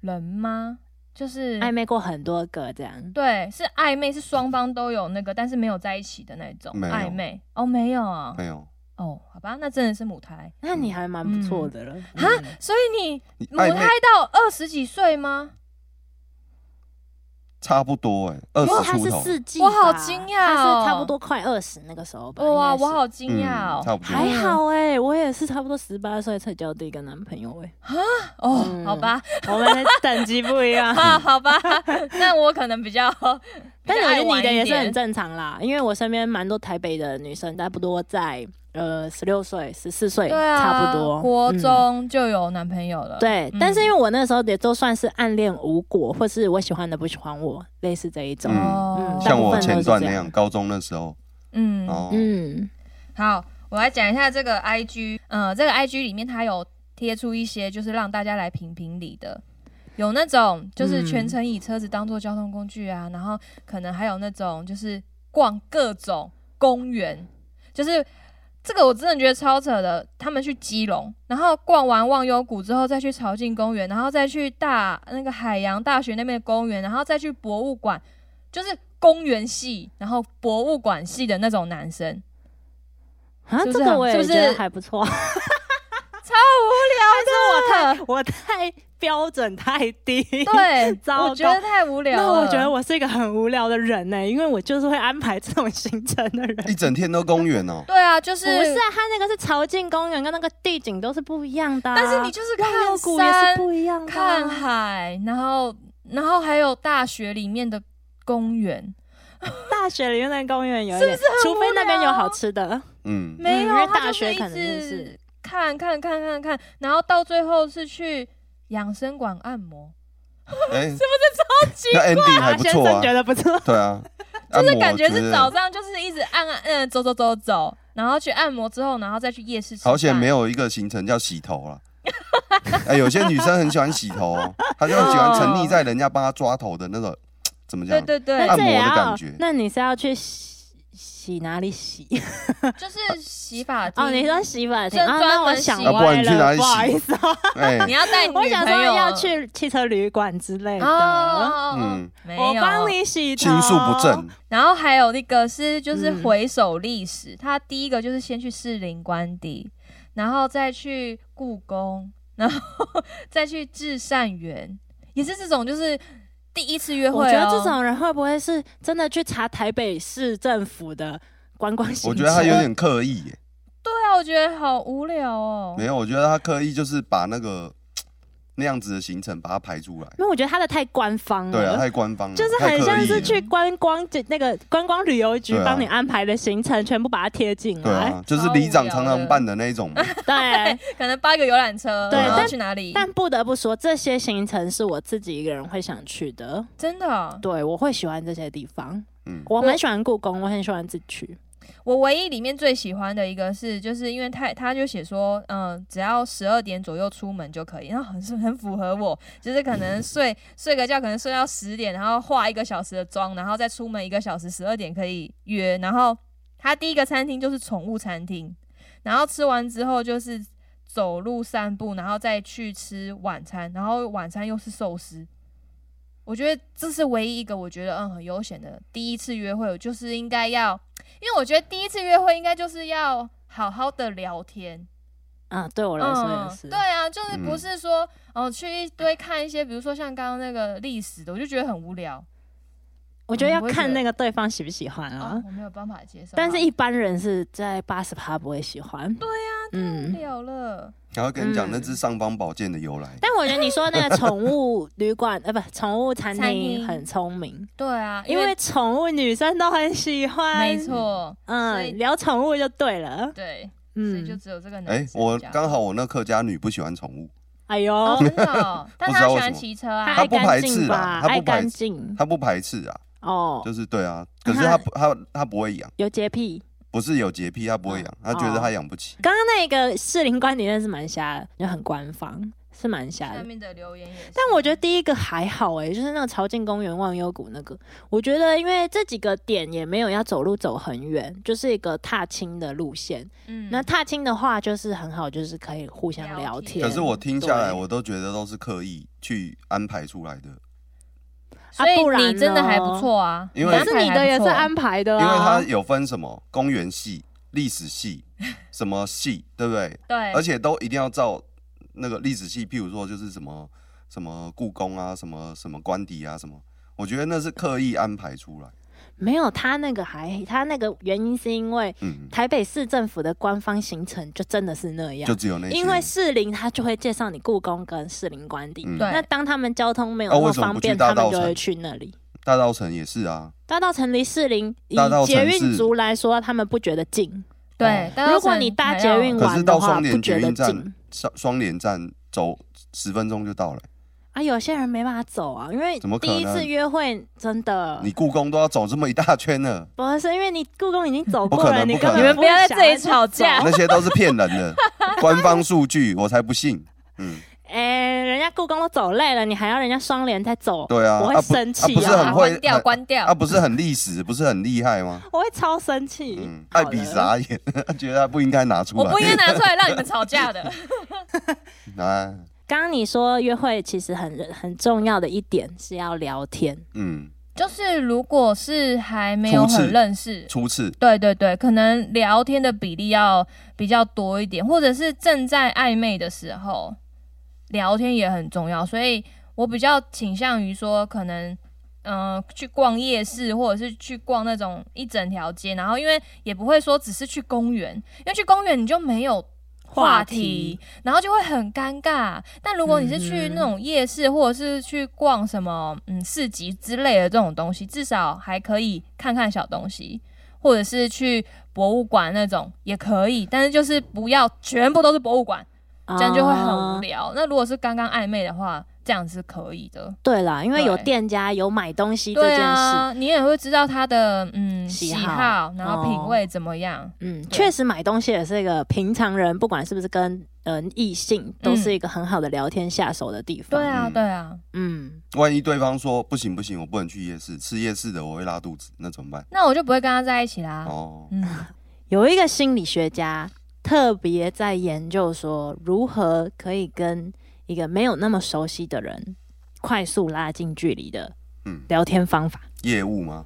S1: 人吗？就是
S2: 暧昧过很多个这样。
S1: 对，是暧昧，是双方都有那个，但是没有在一起的那种
S3: 没有
S1: 暧昧。哦，没有啊。
S3: 没有
S1: 哦，好吧，那真的是母胎。
S2: 那你还蛮不错的了。
S1: 哈
S2: 嗯，
S1: 所以你
S3: 你
S1: 母
S3: 暧
S1: 胎
S3: 昧
S1: 到二十几岁吗？
S3: 差不多哎，二
S2: 不过
S3: 十
S2: 他
S3: 出
S2: 是
S3: 头，
S2: 四季吧，
S1: 我好惊讶
S2: 他
S1: 哦
S2: 是差不多快二十那个时候吧。
S1: 哇，
S3: 哎
S2: 应该
S1: 我
S2: 是
S1: 好惊讶哦。
S3: 嗯差不
S2: 还
S3: 多。
S2: 好哎、我也是差不多十八岁才交第一个男朋友哎、
S1: 哦，
S2: 嗯
S1: 好吧，
S2: *laughs* 我们的等级不一 *laughs* 样。
S1: *laughs* 啊，好吧，那我可能比较，
S2: *laughs* 但是我
S1: 比
S2: 觉得你的也是
S1: 较爱玩一
S2: 很
S1: 点
S2: 正常啦，因为我身边蛮多台北的女生，差不多在呃十六岁、十四岁
S1: 对啊，
S2: 差不多。
S1: 国
S2: 嗯
S1: 中就有男朋友了。
S2: 对，
S1: 嗯
S2: 但是因为我那时候也都算是暗恋无果，或是我喜欢的不喜欢我，类似这一种。
S3: 嗯
S1: 哦，
S2: 嗯
S3: 像
S2: 大部
S3: 我
S2: 分都是
S3: 前段
S2: 这
S3: 那
S2: 样
S3: 样，高中那时候，
S1: 嗯
S3: 哦，
S2: 嗯，
S1: 好，我来讲一下这个 IG，呃，这个 IG 里面它有贴出一些就是让大家来评评理的有那种就是
S2: 嗯
S1: 全程以车子当做交通工具啊，然后可能还有那种就是逛各种公园，就是这个我真的觉得超扯的。他们去基隆，然后逛完忘忧谷之后，再去朝境公园，然后再去大那个海洋大学那边的公园，然后再去博物馆，就是公园系，然后博物馆系的那种男生，
S2: 啊，
S1: 是不是
S2: 这个我
S1: 是
S2: 也
S1: 不是
S2: 觉得还不错。
S1: 超无聊的，
S2: *laughs* 我太标准太
S1: *laughs*
S2: 低，
S1: 对，
S2: 糟
S1: 我觉得
S2: 糕
S1: 太无聊
S2: 那
S1: 了。
S2: 我觉得我是一个很无聊的人呢、因为我就是会安排这种行程的
S1: *laughs*
S2: 人。
S3: 一整天都公园哦。
S1: 对啊，就是
S2: 不是啊，他那个是朝境公园，跟那个地景都是不一样的啊、
S1: 但是你就是看
S2: 忘忧谷也
S1: 山
S2: 是不一样的啊、
S1: 看海，然后然后还有大学里面的公园，
S2: 大学里面的公园有一点，除非那边有好吃的， *laughs*
S3: 嗯，
S1: 没有，
S2: 因为
S1: 他
S2: 大
S1: 就
S2: 学
S1: 一
S2: 可能真的
S1: 直
S2: 是
S1: 看看看看看，然后到最后是去养生馆按摩，
S3: 哎、
S1: 奇
S3: 那 ending 还
S2: 啊，
S3: 不
S2: 先
S3: 错
S2: 生觉
S3: 啊。
S2: 得不错。
S3: 对啊，按
S1: 就是
S3: 摩
S1: 感觉
S3: 之类
S1: 是
S3: 的
S1: 早上就是一直按按嗯、走走走走，然后去按摩之后，然后再去夜市吃饭。
S3: 好险没有一个行程叫洗头了。 *laughs* 哎、有些女生很喜欢洗头、哦，她就很喜欢沉溺在人家帮她抓头的那个，怎么
S1: 对
S3: 讲？
S1: 对对
S2: 那，
S3: 按
S2: 这
S3: 摩
S2: 也
S3: 的
S2: 要，
S3: 感觉
S2: 那你是要去洗洗哪里洗？
S1: 嗯就是洗发精
S2: 哦，你说洗发精
S1: 这
S2: 啊？
S1: 专
S2: 那我
S1: 门
S2: 想
S1: 洗
S3: 啊不然
S2: 歪
S3: 你去哪
S2: 了，
S3: 里
S2: 不好
S3: 洗
S2: 意思哦，
S3: 哎、
S1: 你要带你女
S2: 我
S1: 朋
S2: 想
S1: 友
S2: 说要去汽车旅馆之类
S1: 哦哦
S2: 的。
S1: 哦，哦
S3: 嗯
S1: 没有，
S2: 我帮你洗头，
S3: 心术不正。
S1: 然后还有一个是就是
S2: 嗯
S1: 回首历史，他第一个就是先去士林官邸，然后再去故宫， *laughs* 然后再去至善园，也是这种就是第一次约会、哦。
S2: 我觉得这种人会不会是真的去查台北市政府的观光行程？
S3: 我觉得她有点刻意、耶
S1: 对啊，我觉得好无聊哦
S2: 嗯
S3: 没。有，我觉得她刻意就是把那个那样子的行程把它排出来。
S2: 因为我觉得他的太官方了，
S3: 对啊，太官方了，
S2: 嗯就是
S3: 太
S2: 很
S3: 刻
S2: 像
S3: 意
S2: 是
S3: 了
S2: 去观光那个观光旅游局
S3: 对啊
S2: 帮你安排的行程，全部把它贴进
S3: 对
S2: 来。
S3: 啊，就是里长常常办的那一种嘛。啊
S1: *laughs*
S2: 对，
S1: 可能八个游览车，
S2: 对
S1: 然后
S3: 但
S1: 去哪里？
S2: *laughs* 但不得不说，这些行程是我自己一个人会想去的。
S1: 真的哦、
S2: 对，我会喜欢这些地方。
S3: 嗯，
S2: 我蛮喜欢故宫，我很喜欢自己去。
S1: 我唯一里面最喜欢的一个是，就是因为他他就写说，嗯，只要十二点左右出门就可以，然后很是很符合我，就是可能睡 *laughs* 睡个觉，可能睡到十点，然后化一个小时的妆，然后再出门一个小时，十二点可以约。然后他第一个餐厅就是宠物餐厅，然后吃完之后就是走路散步，然后再去吃晚餐，然后晚餐又是寿司。我觉得这是唯一一个我觉得嗯很悠闲的第一次约会，我就是应该要因为我觉得第一次约会应该就是要好好的聊天，
S2: 啊，对我来说也是。
S1: 嗯。对啊，就是不
S3: 嗯
S1: 是说哦、去一堆看一些，比如说像刚刚那个历史的，我就觉得很无聊
S2: 我觉得要
S1: 嗯我也觉
S2: 看
S1: 得
S2: 那个对方喜不喜欢
S1: 啊、
S2: 啊。
S1: 我没有办法接受啊。
S2: 但是一般人是在八十趴不会喜欢。对呀、
S1: 无
S2: 嗯。
S1: 聊了，
S3: 然后跟你讲
S2: 嗯
S3: 那支尚方宝剑的由来，
S2: 但我觉得你说那个宠物旅馆， *laughs* 呃，不，宠物餐
S1: 餐
S2: 厅
S1: 厅
S2: 很聪明，
S1: 对啊，
S2: 因为宠物女生都很喜欢。
S1: 没，错，所以
S2: 嗯，聊宠物就对了。
S1: 对，所以就
S2: 嗯，
S1: 只有这个男
S3: 哎
S1: 生，这样。
S3: 我刚好我那客家女不喜欢宠物，
S2: 哎呦
S1: 哦，，真的哦，但
S3: 不知
S1: 他
S3: 道
S1: 喜
S3: 为
S1: 欢
S3: 什么
S1: 骑车啊
S2: 她
S3: 他，
S2: 爱
S3: 不排
S2: 干
S3: 斥
S2: 净
S3: 啦
S2: 吧？
S3: 她不
S2: 爱
S3: 排
S2: 干净
S3: 她不排斥啊，
S2: 哦，
S3: 就是对啊，可是
S2: 那
S3: 她不她她不会养，
S2: 有洁癖。
S3: 不是有洁癖，她不会
S2: 嗯
S3: 养，她
S2: 哦
S3: 觉得她养不起。
S2: 刚刚那个士林观点真的是蛮瞎的，就很官方，是蛮瞎
S1: 下
S2: 的。
S1: 面的留言也是，
S2: 但我觉得
S1: 得
S2: 第一个还好哎、就是那个朝境公园、忘忧谷那个，我觉得因为这几个点也没有要走路走很远，就是一个踏青的路线。
S1: 嗯
S2: 那踏青的话，就是很好，就是可以互相
S1: 聊
S2: 聊
S1: 天
S2: 天。
S3: 可是我听下来，
S2: 对
S3: 我都觉得都是刻意去安排出来的，
S1: 所以
S2: 不然
S1: 你真的
S2: 呢
S1: 还不错啊，
S3: 因为
S2: 可
S1: 安
S2: 是
S1: 排
S2: 你
S1: 还
S2: 的
S1: 不
S2: 也是
S1: 错
S2: 安排的
S3: 因为
S2: 啊，
S3: 它有分什么公园系、历
S2: *laughs*
S3: 史系、什么系，对不对？
S1: 对，
S3: 而且都一定要照那个历史系，譬如说就是什么什么故宫啊，什么什么官邸啊，什么，我觉得那是刻意安排出来。
S2: 没有他那个还他那个原因是因为
S3: 嗯，
S2: 台北市政府的官方行程就真的是那样
S3: 就，只有那些。
S2: 啊因为士林他就会介绍你故宫跟士林官邸。
S3: 嗯
S1: 对
S2: 那哦当他们交通没有
S3: 啊
S2: 那么
S3: 为什么
S2: 方
S3: 不去
S2: 便，
S3: 大
S2: 他们
S3: 稻
S2: 就会
S3: 埕
S2: 去那里。
S3: 大稻城也是啊，
S2: 大稻城离士林以
S3: 大稻埕
S2: 捷
S3: 是
S2: 运族来说，他们不觉得近。
S1: 对，大稻
S2: 如果
S1: 埕
S2: 你搭
S1: 还
S2: 捷
S1: 要
S2: 运
S3: 可是
S2: 玩
S3: 到
S2: 的话，不
S3: 双连
S2: 觉
S3: 捷
S2: 得
S3: 运站
S2: 近，
S3: 双双连站走十分钟就到了、
S2: 啊。有些人没办法走啊，因为
S3: 怎么可
S2: 第一次
S3: 能
S2: 约会真的
S3: 你故宫都要走这么一大圈
S2: *laughs*
S3: 了，
S2: 不是因为你故宫已经走
S3: 不
S2: 过
S3: 可
S2: 了，
S3: 能
S2: 你
S3: 不
S2: 根
S3: 可
S2: 本
S3: 能
S1: 你们不要在
S2: 想
S1: 这里
S2: 要去
S1: 吵架
S2: 走
S3: 那些都是骗人的，官方数据我才不信。嗯，
S2: 哎，人家故宫都走累了，你还要人家双联再走，
S3: 对啊，
S2: 我会
S3: 啊不
S2: 生气
S3: 啊不是
S2: 啊
S3: 很会
S1: 关掉，
S3: 很
S1: 关掉。
S3: 啊，不是很历史，不是很厉害吗？
S2: 我会超生气。
S3: 嗯，
S2: 好
S3: 爱
S2: 了
S3: 比傻眼， *laughs* 觉得他不应该拿出
S1: *laughs* 我
S3: 来
S1: 不。应该拿出来让你们吵架的。
S3: *laughs* 啊，
S2: 刚刚你说约会其实很很重要的一点是要聊天，
S3: 嗯，
S1: *laughs* 就是如果是还没有
S3: 初次
S1: 很认识，
S3: 初次，
S1: 对对对，可能聊天的比例要比较多一点，或者是正在暧昧的时候，聊天也很重要。所以我比较倾向于说，可能嗯、呃去逛夜市，或者是去逛那种一整条街，然后因为也不会说只是去公园，因为去公园你就没有话
S2: 话
S1: 题
S2: 题，
S1: 然后就会很尴尬。但如果你是去那
S2: 嗯
S1: 种夜市，或者是去逛什么嗯市集之类的这种东西，至少还可以看看小东西，或者是去博物馆那种也可以，但是就是不要全部都是博物馆，这样就会很无
S2: 啊。
S1: 聊。那如果是刚刚暧昧的话，这样是可以的。
S2: 对啦，因为有
S1: 对
S2: 店家有买东西这
S1: 对
S2: 件事，
S1: 啊，你也会知道他的嗯
S2: 嗯喜
S1: 喜
S2: 好
S1: 然后品味怎么样。
S2: 嗯，
S1: 对
S2: 确实买东西也是一个平常人，不管是不是跟嗯异性，都是一个很好的聊天下手的地方。
S1: 对啊，对啊，
S2: 嗯，
S3: 万一对方说不行不行，我不能去夜市，吃夜市的我会拉肚子，那怎么办？
S1: 那我就不会跟他在一起啦。
S3: 哦，
S1: 嗯，
S2: 有一个心理学家特别在研究说，如何可以跟一个没有那么熟悉的人快速拉近距离的
S3: 嗯
S2: 聊天方法。哎
S3: 业务吗？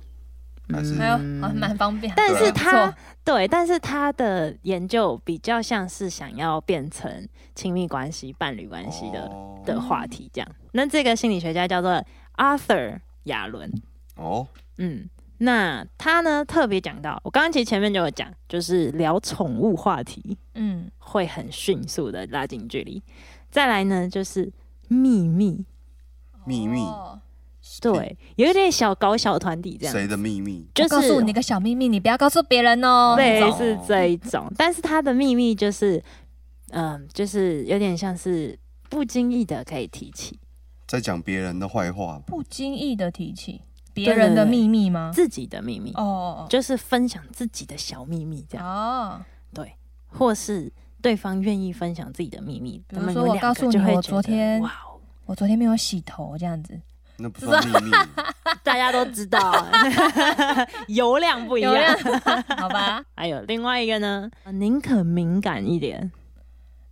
S3: 还啊是
S1: 还有还蛮方便。
S2: 但
S3: 对
S2: 是
S3: 啊
S2: 他嗯对，但是他的研究比较像是想要变成亲密关系、伴侣关系的、
S3: 哦
S2: 的话题这样。那这个心理学家叫做 Arthur 亚伦，
S3: 哦，
S2: 嗯，那他呢特别讲到，我刚刚其实前面就有讲，就是聊宠物话题
S1: 嗯，
S2: 会很迅速的拉近距离。再来呢就是秘密，
S3: 秘密
S1: 哦
S2: 对，有一点小搞小团体这样，
S3: 谁的秘密？
S2: 就
S1: 我告诉
S2: 是
S1: 你个小秘密，你不要告诉别人哦。
S2: 类
S1: 这种
S2: 似这一种，但是他的秘密就是，嗯、就是有点像是不经意的可以提起
S3: 在讲别人的坏话吗？
S1: 不经意的提起别人的秘密吗？
S2: 自己的秘密，
S1: 哦哦
S2: 就是分享自己的小秘密这
S1: 哦，
S2: 样，
S1: 哦，
S2: 或是对方愿意分享自己的秘密。
S1: 比如
S2: 他们
S1: 说
S2: 有
S1: 我
S2: 两个
S1: 告诉你
S2: 就会
S1: 我
S2: 觉
S1: 昨
S2: 得
S1: 天
S2: 哇哦，
S1: 我昨天没有洗头，这样子
S3: 那不
S1: *laughs*
S3: 算秘密，
S2: 大家都知道， *laughs* 油量不一
S1: 有 *laughs*
S2: 样。
S1: 量好吧？
S2: 还有另外一个呢，呃宁可敏感一点，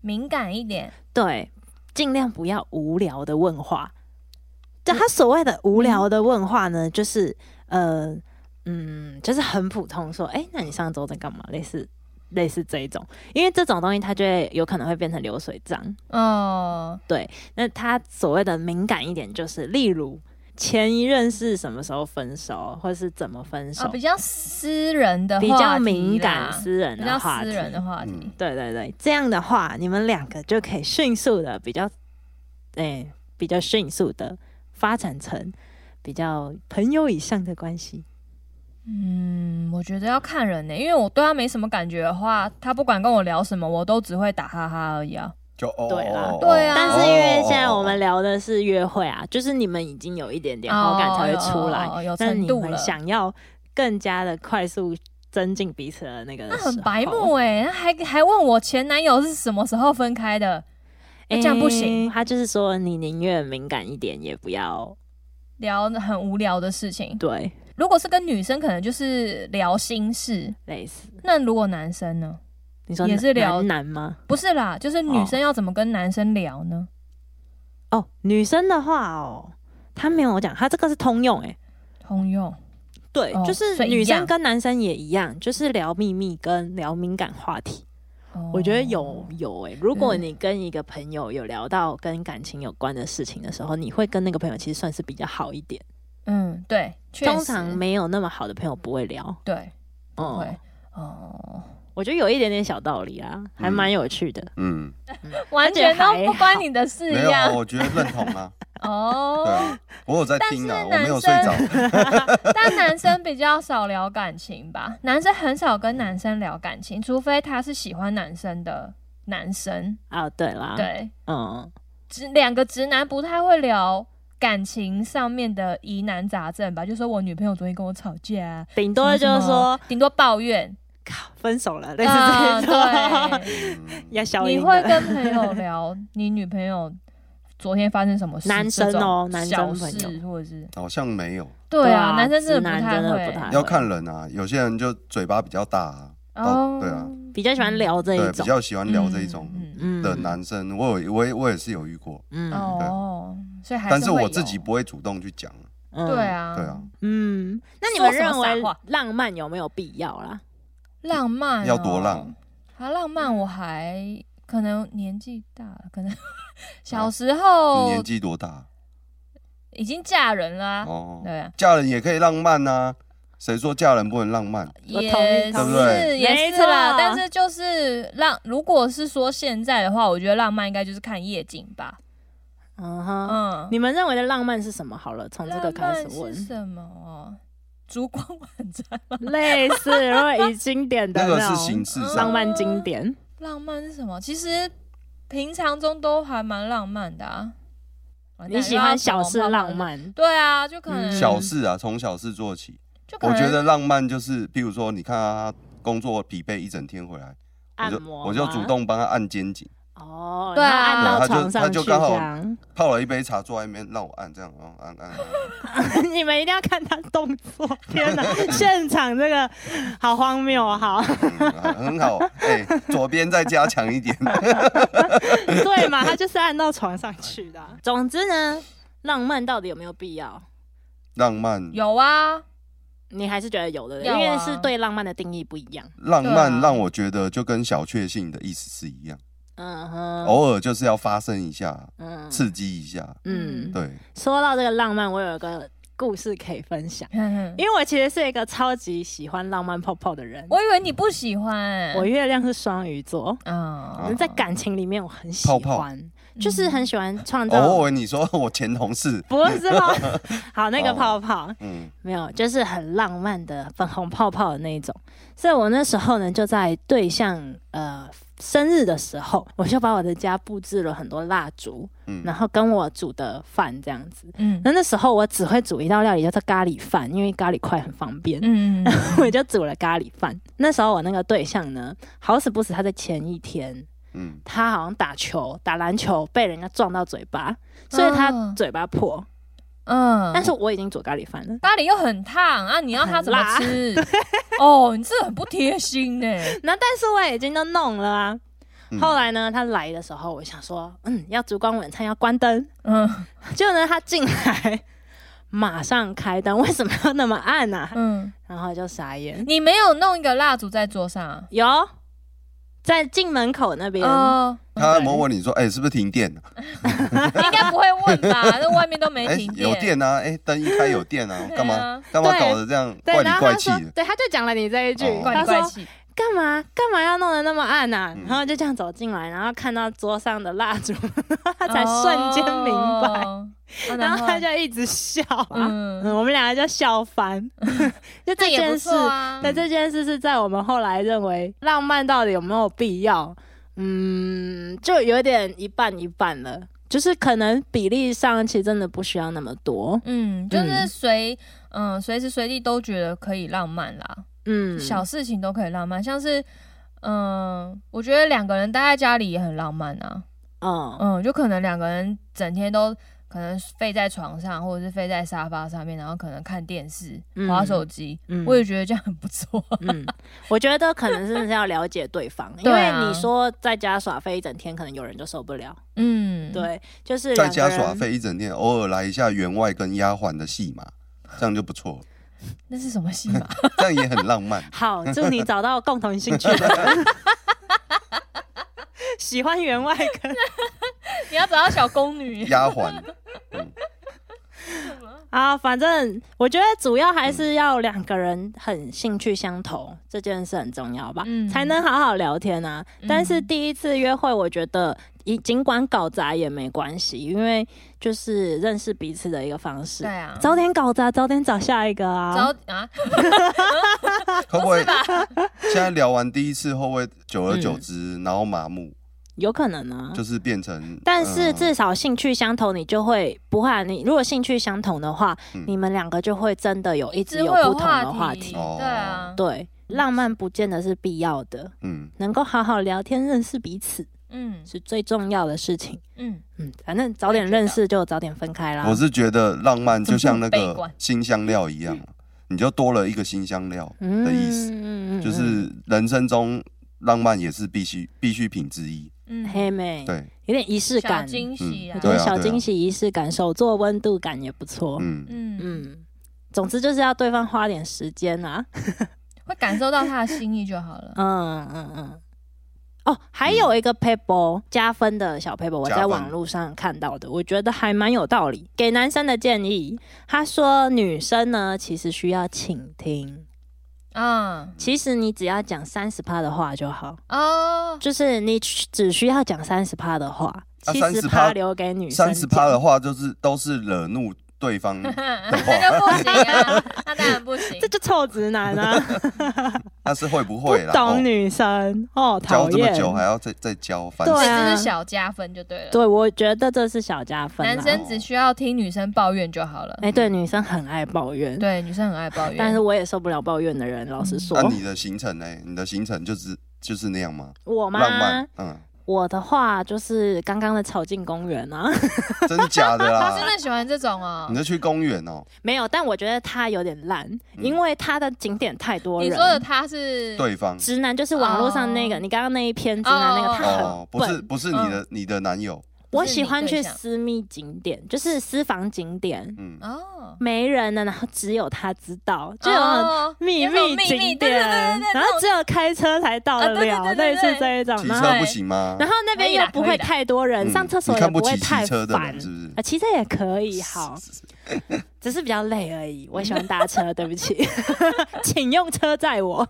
S1: 敏感一点，
S2: 对，尽量不要无聊的问话。就他所谓的无聊的问话呢，就是呃，嗯，就是很普通，说，哎、那你上周在干嘛？类似类似这一种，因为这种东西它就会有可能会变成流水账。
S1: 哦，
S2: 那他所谓的敏感一点，就是例如前一任是什么时候分手，或是怎么分手，
S1: 啊，比较私人的话
S2: 比
S1: 题啦，
S2: 较敏感、私人
S1: 比
S2: 的
S1: 较
S2: 话
S1: 私
S2: 题。
S1: 人的话题
S3: 嗯，
S2: 对对对，这样的话，你们两个就可以迅速的比较，哎、比较迅速的发展成比较朋友以上的关系。
S1: 嗯，我觉得要看人呢、因为我对他没什么感觉的话，他不管跟我聊什么，我都只会打哈哈而已啊。
S3: 就哦，
S2: 对啦
S3: 哦
S1: 对啊
S2: 但是因为现在我们聊的是约会啊，就是你们已经有一点点好感才会出来，
S1: 哦哦哦有
S2: 那你
S1: 程度
S2: 们
S1: 了，
S2: 想要更加的快速增进彼此的那个
S1: 那
S2: 的时候，
S1: 很白目哎、那还还问我前男友是什么时候分开的，那
S2: 哎、
S1: 这样不行
S2: 他就是说，你宁愿敏感一点，也不要
S1: 聊很无聊的事情。
S2: 对
S1: 如果是跟女生，可能就是聊心事；
S2: 类似。
S1: 那如果男生呢？
S2: 你说
S1: 也是
S2: 男
S1: 聊
S2: 男吗？
S1: 不是啦，就是女生要怎么跟男生聊呢？
S2: 哦，女生的话哦，她没有讲，她这个是通用哎、
S1: 通用
S2: 对，
S1: 哦
S2: 就是
S1: 所以一
S2: 女生
S1: 样
S2: 跟男生也一样，就是聊秘密跟聊敏感话题。
S1: 哦
S2: 我觉得有有哎、如果
S1: 嗯
S2: 你跟一个朋友有聊到跟感情有关的事情的时候，你会跟那个朋友其实算是比较好一点。
S1: 嗯，对，确实
S2: 通常没有那么好的朋友不会聊，
S1: 对，不会
S2: 嗯，
S1: 哦，
S2: 我觉得有一点点小道理啊，还蛮有趣的。
S3: 嗯，
S1: 完全都不关你的事
S3: 没
S1: 一
S3: 有啊，
S1: 样
S3: 我觉得认同
S1: *laughs*
S3: 啊，对
S1: 哦。
S3: 啊，我有在听啊，我
S1: 但
S3: 没
S1: 是
S3: 有
S1: 男
S3: 睡着
S1: 生， *laughs* 但男生比较少聊感情吧，男生很少跟男生聊感情，除非他是喜欢男生的男生。
S2: 啊，对啦，，
S1: 对，
S2: 嗯，
S1: 直两个直男不太会聊感情上面的疑难杂症吧，就说我女朋友昨天跟我吵架、啊，
S2: 顶多就
S1: 什么
S2: 是
S1: 什么
S2: 说
S1: 顶多抱怨，
S2: 靠分手了，类似
S1: 啊
S2: 这种，
S1: 对，
S2: *laughs*
S3: 嗯
S1: *laughs*
S2: 要小
S1: 你
S2: 赢
S1: 会
S2: 的
S1: 跟朋友聊你女朋友昨天发生什么事，
S2: 男生哦
S1: 这种
S2: 男生
S1: 小
S2: 朋友
S1: 事或者是
S3: 好像没有，
S1: 对啊，
S2: 啊
S1: 男生
S2: 直
S1: 真的
S2: 男
S1: 太
S2: 真的
S1: 会
S2: 不太
S3: 要看人啊，有些人就嘴巴比较大啊，
S1: 哦，
S3: 对啊
S2: 比较喜欢聊这
S3: 对，
S2: 一
S3: 比
S2: 种，
S3: 较喜欢聊这
S1: 嗯
S3: 种
S1: 嗯
S2: 嗯
S3: 的，男生，我有我也我也是有遇过，
S2: 嗯
S1: 哦，所以还
S3: 但
S1: 是
S3: 是
S1: 会
S3: 我
S1: 有
S3: 自己不会主动去讲，
S2: 嗯
S1: 对，啊
S3: 对啊，
S2: 嗯，那你们
S1: 说什
S2: 认
S1: 么
S2: 为
S1: 傻话
S2: 浪漫有没有必要啦？
S1: 浪漫哦
S3: 要多浪，
S1: 啊，浪漫我还可能年纪大了，可
S3: *laughs*
S1: 能小时候
S3: 你年纪多大？
S1: 已经嫁人了哦啊、
S3: 哦，
S1: 对啊，
S3: 嫁人也可以浪漫呐、谁说嫁人不能浪漫？
S2: 我
S1: 也
S2: 同意
S1: 是
S3: 同意
S1: 也
S2: 没
S1: 是啦，
S2: 错
S1: 但是就是浪，如果是说现在的话，我觉得浪漫应该就是看夜景吧，
S2: 嗯哼，
S1: 嗯，
S2: 你们认为的浪漫是什么？好了，从这
S1: 浪
S2: 个开始
S1: 漫
S2: 问
S1: 是，什么哦？烛光晚餐
S2: *laughs*
S1: 吗？
S2: 嗯类似如果以经典的
S3: 那个是
S2: 种
S3: 形式
S1: 嗯
S2: 浪
S3: 上，
S2: 漫经典，
S1: 浪漫是什么？其实平常中都还蛮浪漫的啊。完蛋
S2: 你喜欢小事浪？漫，
S1: 又要讲我爸爸的对啊，就可能、
S2: 嗯
S3: 小事啊，从小事做起。
S1: 就可
S3: 我
S1: 能
S3: 觉得浪漫就是，譬如说，你看他工作疲惫一整天回来，我
S2: 按
S3: 就
S2: 摩吗，
S3: 我就主动帮他按肩颈，
S2: 哦，
S1: 对啊
S2: 然后按到
S3: 他就
S2: 床
S3: 他
S2: 上去
S3: 就
S2: 这
S3: 刚好
S2: 样， *laughs*
S3: 泡了一杯茶，坐在那边让我按，这样，然后按按按。
S2: 你们一定要看他动
S3: *laughs*
S2: 作，天哪，现场这个好荒谬哦，
S3: *laughs*
S2: 好。
S3: 嗯很好，哎、左边再加强一点。
S2: 对嘛，他就是按到床上去的啊、总之呢，浪漫到底有没有必要？
S3: 浪漫，
S1: 有啊， *laughs*
S2: 你还是觉得有的，
S1: 要啊
S2: 因为是对浪漫的定义不一样。
S3: 浪
S1: 对啊
S3: 漫让我觉得就跟小确幸的意思是一样，
S2: 嗯哼，
S3: 偶尔就是要发生一下，
S2: 嗯
S3: 刺激一下。
S2: 嗯，
S3: 对，
S2: 说到这个浪漫，我有一个故事可以分享，
S1: 哼
S2: 因为我其实是一个超级喜欢浪漫泡泡的人。
S1: 我以为你不喜欢，
S2: 我月亮是双鱼座，
S1: 啊
S2: 在感情里面我很喜
S3: 泡
S2: 欢，
S3: 泡
S2: 就是很喜欢创造。
S3: 偶尔你说 *laughs* 我前同事，
S2: 不是
S3: *laughs*
S2: 泡，好那个
S3: 哦
S2: 泡泡，
S3: 嗯，
S2: 没有，就是很浪漫的粉红泡泡的那一种。所以我那时候呢，就在对象呃生日的时候，我就把我的家布置了很多蜡烛，
S3: 嗯
S2: 然后跟我煮的饭这样子。
S1: 嗯
S2: 那那时候我只会煮一道料理，叫做咖喱饭，因为咖喱块很方便。 *laughs*
S1: 嗯，
S2: 我就煮了咖喱饭。那时候我那个对象呢，好死不死他在前一天，
S3: 嗯，
S2: 他好像打球打篮球被人家撞到嘴巴，所以他
S1: 嗯
S2: 嘴巴破。
S1: 嗯，
S2: *laughs* 但是我已经煮咖喱饭了，
S1: 咖喱又很烫啊，你要它怎么
S2: 很辣
S1: 吃？哦，你这很不贴心呢。
S2: 那但是我也已经都弄了啊。
S3: 嗯
S2: 后来呢，他来的时候，我想说，嗯，要烛光晚餐，要关灯。
S1: 嗯
S2: 结果呢，他进来马上开灯，为什么要那么暗呢、啊？
S1: 嗯，
S2: 然后就傻眼。
S1: 你没有弄一个蜡烛在桌上啊？
S2: 有在进门口那边，
S1: 哦，
S3: 他有没有问你说，哎、是不是停电？
S1: 应该不会问吧？那外面都没
S3: 哎、
S1: 停
S3: 有电啊，哎、灯一开有电啊，
S1: 对啊
S3: 干嘛干嘛搞得这样
S2: 对，
S3: 怪里
S2: 然后
S3: 怪
S2: 他
S3: 气
S2: 说
S3: 的，？
S2: 对，他就讲了你这一句，
S3: 哦
S1: 怪
S2: 他
S1: 里怪
S2: 说
S1: 气。
S2: 干嘛干嘛要弄得那么暗呐、啊
S3: 嗯？
S2: 然后就这样走进来，然后看到桌上的蜡烛， *laughs* 他才瞬间明白，
S1: 哦啊
S2: *laughs* 然后他
S1: 然
S2: 就一直笑啊。
S1: 嗯，
S2: 嗯，我们两个就笑翻， *laughs* 就
S1: 那
S2: 这
S1: 也不
S2: 件事，
S1: 错啊。
S2: 对这件事是在我们后来认为浪漫到底有没有必要，嗯，就有点一半一半了，就是可能比例上其实真的不需要那么多，
S1: 嗯，就是
S2: 嗯
S1: 随嗯随时随地都觉得可以浪漫啦，
S2: 嗯，
S1: 小事情都可以浪漫，像是嗯，我觉得两个人待在家里也很浪漫啊，
S2: 嗯
S1: 嗯，就可能两个人整天都可能废在床上，或者是废在沙发上面，然后可能看电视、
S2: 嗯
S1: 划手机，
S2: 嗯
S1: 我也觉得这样很不错。
S2: 嗯， *laughs* 我觉得可能真的是要了解
S1: *laughs*
S2: 对方，因
S1: 对
S2: 为
S1: 啊
S2: 你说在家耍飞一整天，可能有人就受不了，
S1: 嗯，，
S2: 对，就是
S3: 在
S2: 两个
S3: 家耍
S2: 人。
S3: 废一整天，偶尔来一下员外跟丫鬟的戏码，这样就不错，
S1: 那是什么戏码？
S3: 这样也很浪漫
S2: 好，
S3: *laughs*
S2: 祝你找到共同兴趣的人。 *laughs* 喜欢员外跟
S1: 你要找到小宫
S2: *laughs*
S1: 女，
S3: 丫鬟，
S2: 啊，反正我觉得主要还是要两个人很兴趣相投，这件事很重要吧，
S1: 嗯
S2: 才能好好聊天啊。但是第一次约会，我觉得一尽管搞砸也没关系，因为就是认识彼此的一个方式
S1: 对。啊，
S2: 早点搞砸，早点找下一个啊！
S1: 早啊，
S3: 会不会现在聊完第一次，会不会久而久之，然后麻木，
S2: 有可能啊，
S3: 就是变成？
S2: 但是
S3: 嗯
S2: 至少兴趣相投，你就会不会啊、你如果兴趣相同的话，
S3: 嗯
S2: 你们两个就会真的有一
S1: 一
S2: 直
S1: 直
S2: 有
S1: 会有
S2: 不同
S1: 话
S2: 的话
S1: 题，
S2: 题。
S3: 哦
S1: 对啊，
S2: 对，浪漫不见得是必要的，
S3: 嗯
S2: 能够好好聊天认识彼此，
S1: 嗯
S2: 是最重要的事情。
S1: 嗯，
S2: 嗯，反正早点认识就早点分开啦。
S3: 我是觉得浪漫就像那
S1: 这么悲
S3: 个
S1: 观
S3: 新香料一样，啊你就多了一个新香料
S2: 嗯
S3: 的意
S2: 嗯
S3: 思，
S2: 嗯嗯
S3: 就是人生中浪漫也是必须必需品之一。
S1: 嗯，
S2: 黑妹，
S3: 对，
S2: 有点仪式
S1: 小
S2: 感，
S1: 惊喜
S2: 我
S1: 啊
S2: 觉，得
S3: 对啊
S2: 小惊喜、仪式感、手做温度感也不错。
S3: 嗯，
S1: 嗯，
S2: 嗯，总之就是要对方花点时间啊。
S1: 会感受到他的心意就好了。
S2: 嗯嗯嗯。哦，还有一个 paper 加分的小 paper，我
S3: 嗯加
S2: 在
S3: 分
S2: 网络上看到的，我觉得还蛮有道理。给男生的建议，他说女生呢其实需要倾听，
S1: 嗯
S2: 其实你只要讲三十趴的话就好，
S1: 哦， *laughs*
S2: 就是你只需要讲三十趴的话，
S3: 啊
S2: 七十趴
S3: 30%
S2: 留给女生
S3: 三
S2: 讲。
S3: 十趴的话就是都是惹怒
S2: *laughs*
S3: 对方
S1: 那
S3: 的话
S1: 就不行啊，那当然不行
S2: 这。就臭直男啊！
S3: 但是会不
S2: 不
S3: *laughs* 会啦？
S2: 懂
S3: 哦
S2: 女生哦，
S3: 教
S2: 讨
S3: 这么
S2: 厌。
S3: 久还要再再教，反
S2: 对
S1: 所
S3: 正
S1: 以
S2: 啊
S1: 这是小加分就对了。
S2: 对，啊我觉得这是小加分啦。
S1: 男生只需要听女生抱怨就好了。
S2: 哎、对，女生很爱抱怨，
S1: 对，女生很爱抱怨，
S2: 但是我也受不了抱怨的人。老实说，
S3: 那啊你的行程呢？你的行程就是就是那样吗？
S2: 我
S3: 浪
S2: 吗
S3: 漫？，嗯，
S2: 我的话就是刚刚的草进公园啊， *laughs*
S3: 真的假的
S1: 他真
S3: 啦？
S1: 的喜欢这种哦
S3: 你。就去公园哦，
S2: 没有，但我觉得他有点烂，
S3: 嗯
S2: 因为他的景点太多
S1: 你
S2: 人。
S1: 说的他是
S3: 对方
S2: 直男嗯就是网络上那个
S1: 哦
S2: 你刚刚那一篇直男那个，他
S3: 哦
S2: 很，
S3: 不是
S2: 笨。嗯
S3: 不是你的你的男友，
S2: 我喜欢去
S1: 不是你对象
S2: 私密景点，就是私房景点，
S3: 嗯，
S1: 哦，
S2: 没人的，然后只有他知道，就有
S1: 哦
S2: 秘
S1: 有那种
S2: 密
S1: 秘密
S2: 景
S1: 对
S2: 点
S1: 对对对对，
S2: 然后只有开车才到得了，
S1: 啊对对对对
S2: 类似
S1: 对
S2: 这一种。
S3: 骑
S2: 然
S3: 车
S2: 后，
S3: 不行吗？
S2: 然后那边又不
S1: 可
S2: 会
S1: 以啦
S2: 太多人，
S3: 嗯
S2: 上厕所也
S3: 你看
S2: 不
S3: 不
S2: 会
S3: 起
S2: 太
S3: 骑车的
S2: 烦
S3: 人，是不是
S2: 啊，？骑车也可
S3: *laughs*
S2: 以，好，只是比较累而已。我喜欢搭车，对不起， *laughs* 请用车载我。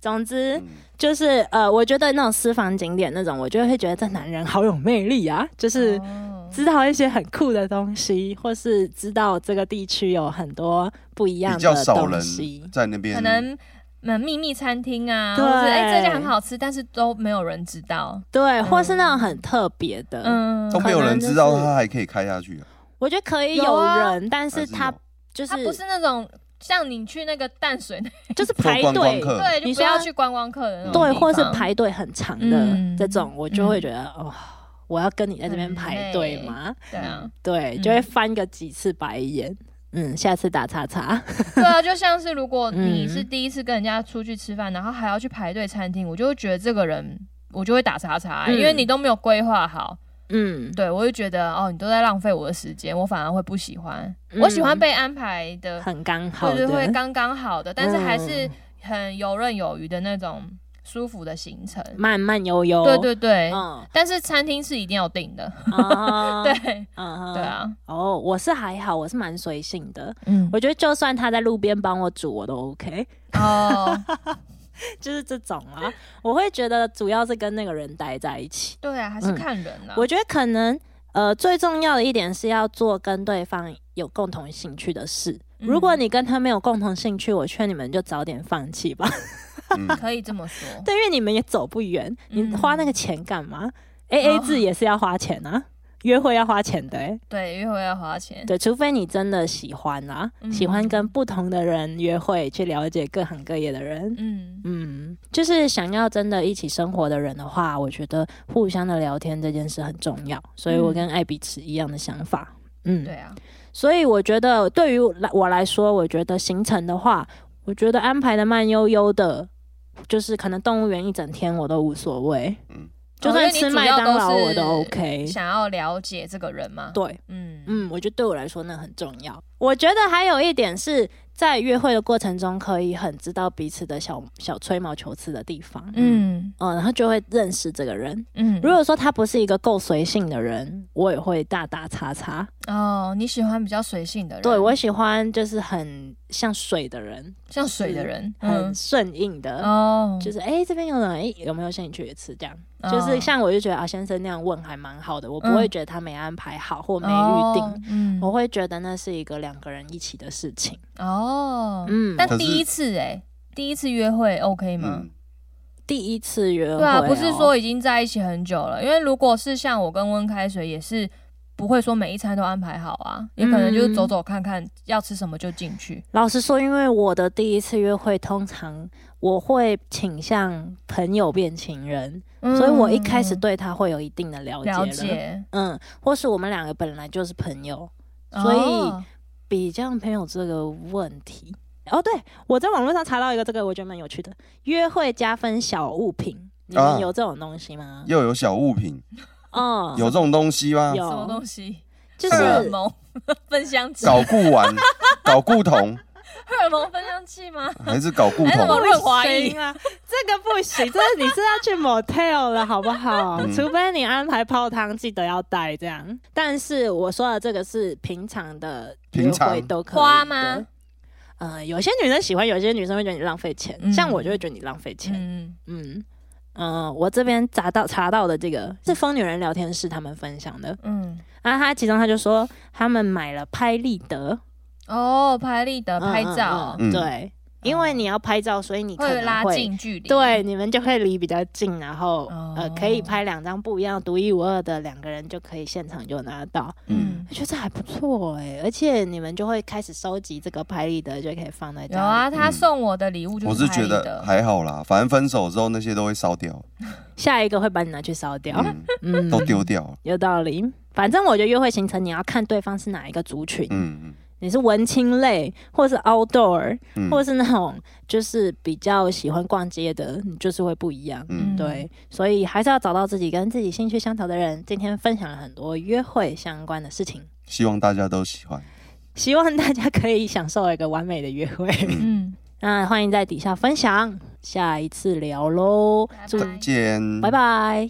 S2: 总之
S3: 嗯
S2: 就是呃，我觉得那种私房景点那种，我就会觉得这男人好有魅力啊，就是。
S1: 哦
S2: 知道一些很酷的东西，或是知道这个地区有很多不一样
S3: 比较
S2: 的
S3: 少
S2: 东
S3: 人
S2: 西。
S3: 在那边，
S1: 可能嗯秘密餐厅啊，
S2: 对
S1: 或者是哎这家很好吃，但是都没有人知道。
S2: 对，或是那种很特别的，
S1: 嗯
S3: 都，没有人知
S2: 可能
S3: 道
S2: 就是
S3: 他还可以开下去啊，
S2: 我觉得可以
S1: 有
S2: 有
S1: 啊
S2: 人，但
S3: 还
S2: 是
S3: 是
S2: 他
S3: 有
S2: 就
S1: 它
S2: 是
S1: 不是那种像你去那个淡水那
S2: 就是
S3: 做
S2: 排
S3: 观光
S2: 队，
S3: 客，
S1: 对，
S2: 你
S1: 就不
S2: 说
S1: 要去观光客的那种
S2: 对，
S1: 地
S2: 或是
S1: 方
S2: 排队很长的
S1: 嗯
S2: 这种，我就会觉得、哦，我要跟你在这边
S1: 很
S2: 排
S1: 累
S2: 队吗？
S1: 对啊，
S2: 对，
S1: 嗯
S2: 就会翻个几次白眼。嗯，下次打叉叉。
S1: 对啊，就像是如果你
S2: 嗯
S1: 是第一次跟人家出去吃饭，然后还要去排队餐厅，我就会觉得这个人。我就会打叉叉、
S2: 嗯
S1: 因为你都没有规划好，
S2: 嗯，
S1: 对我就觉得哦，你都在浪费我的时间，我反而会不喜欢。
S2: 嗯
S1: 我喜欢被安排的，
S2: 很刚好
S1: 或
S2: 的
S1: 者，会刚刚好的，但是还是
S2: 嗯
S1: 很游刃有余的那种舒服的行程。
S2: 慢慢悠悠。
S1: 对，对对，
S2: 嗯，
S1: 但是餐厅是一定要定的。*laughs*
S2: 啊
S1: 对，
S2: 嗯，
S1: 对。啊，
S2: 哦，我是还好，我是蛮随性的。
S1: 嗯，
S2: 我觉得就算他在路边帮我煮，我都 OK， *laughs*
S1: 哦，
S2: 就是这种啊。我会觉得主要是跟那个人待在一起。
S1: 对啊，还是
S2: 嗯
S1: 看人啦。
S2: 我觉得可能呃最重要的一点是要做跟对方有共同兴趣的事。
S1: 嗯
S2: 如果你跟他没有共同兴趣，我劝你们就早点放弃吧。
S3: 嗯，
S2: *laughs*
S1: 可以这么说，
S2: 对，因为你们也走不远，你
S1: 嗯哦
S2: 花那个钱干嘛？A A 制也是要花
S1: *laughs*
S2: 钱啊。约会要花钱的、欸，
S1: 对，约会要花钱。
S2: 对，除非你真的喜欢啊，
S1: 嗯
S2: 喜欢跟不同的人约会，去了解各行各业的人。
S1: 嗯，
S2: 嗯，就是想要真的一起生活的人的话，我觉得互相的聊天这件事很重要，所
S1: 嗯
S2: 以我跟艾比持一样的想法。嗯，
S1: 对，啊，
S2: 所以我觉得对于我来我来说，我觉得行程的话，我觉得安排的慢悠悠的，就是可能动物园一整天我都无所谓，
S3: 嗯
S1: 哦因
S2: 就算
S1: 为你
S2: 吃
S1: 主
S2: 麦
S1: 要
S2: 当
S1: 都
S2: 劳我都
S1: 是
S2: OK。
S1: 想要了解这个人嘛。
S2: 对，
S1: 嗯
S2: 嗯，我觉得对我来说那很重要。我觉得还有一点是在约会的过程中，可以很知道彼此的小小吹毛求疵的地方。
S1: 嗯
S2: 嗯，然后就会认识这个人。
S1: 嗯，
S2: 如果说他不是一个够随性的人，我也会大大叉叉。
S1: 哦，你喜欢比较随性的人，
S2: 对我喜欢就是很像水的人，
S1: 像水的人，嗯
S2: 很顺应的，
S1: 哦，
S2: 就是哎、诶这边有人，哎、有没有兴趣也吃这样？
S1: 哦
S2: 就是像我就觉得啊，先生那样问还蛮好的，我不
S1: 嗯
S2: 会觉得他没安排好或没预定，
S1: 哦嗯，
S2: 我会觉得那是一个两个人一起的事情。
S1: 哦，
S2: 嗯，
S1: 但
S3: 可是
S1: 第一次哎，第一次约会 OK 吗
S3: 嗯？，
S2: 第一次约会、
S1: 对啊，不是
S2: 哦
S1: 说已经在一起很久了，因为如果是像我跟温开水也是不会说每一餐都安排好啊，也可能就是走走看看要吃什么就进去。
S2: 老实说，因为我的第一次约会，通常我会倾向朋友变情人，所以我一开始
S1: 嗯
S2: 对他会有一定的了解
S1: 了
S2: 了
S1: 解，
S2: 嗯，或是我们两个本来就是朋友，所以
S1: 哦
S2: 比较没有这个问题。哦，对，我在网络上查到一个这个，我觉得蛮有趣的，约会加分小物品，你
S3: 啊
S2: 们有这种东西吗？
S3: 又有小物品，
S2: 哦，
S3: 有这呃种东西吗？
S2: 有
S1: 什么东西？
S2: 哦就
S1: 荷尔
S2: 是啊
S1: 蒙 *laughs* 分香剂，
S3: 搞固丸、 *laughs* 搞固酮
S1: 荷尔蒙分香器吗？
S3: 还是搞固
S1: 还是
S3: 酮
S1: 我？润滑液
S2: 行啊，这个不行，这个你是要去 motel 了，好不好？
S3: 嗯
S2: 除非你安排泡汤，记得要带这样。但是我说的这个是平常的
S3: 平
S2: 约会
S3: 常
S2: 都可以
S1: 花
S2: 的
S1: 吗？
S2: 呃，有些女生喜欢，有些女生会觉得你浪费钱，
S1: 嗯
S2: 像我就会觉得你浪费钱。
S1: 嗯，
S2: 嗯嗯、呃我这边查到查到的这个是疯女人聊天室他们分享的
S1: 嗯，
S2: 啊，他其中他就说他们买了拍立得
S1: 哦，拍立得拍照
S3: 嗯
S2: 对，因为你要拍照，所以你嗯可
S1: 会
S2: 能
S1: 拉
S2: 会
S1: 近距离，
S2: 对，，你们就会离比较近，然后、呃
S1: 哦
S2: 可以拍两张不一样、独一无二的，两个人就可以现场就拿到，
S3: 嗯，
S1: 嗯，
S2: 我觉得这还不错哎、而且你们就会开始收集这个拍立得，就可以放在家
S1: 有
S2: 里。
S1: 啊，他
S3: 嗯
S1: 送我的礼物就
S3: 我是
S1: 拍
S3: 觉
S1: 立
S3: 得
S1: 得，
S3: 还好啦，反正分手之后那些都会烧掉，
S2: 下一个会把你拿去烧掉，
S3: 嗯，
S2: 嗯，
S3: 都丢掉，
S2: 有道理。反正我觉得约会行程你要看对方是哪一个族群，
S3: 嗯
S2: 你是文青类，或是 outdoor，、
S3: 嗯
S2: 或
S3: 嗯
S2: 是那种就是比较喜欢逛街的，你就是会不一样。
S3: 嗯，
S2: 对，所以还是要找到自己跟自己兴趣相投的人。今天分享了很多约会相关的事情，
S3: 希望大家都喜欢，
S2: 希望大家可以享受一个完美的约会。
S1: 嗯，
S2: *laughs* 那欢迎在底下分享，下一次聊喽，祝
S1: 拜拜
S3: 再见，
S2: 拜拜。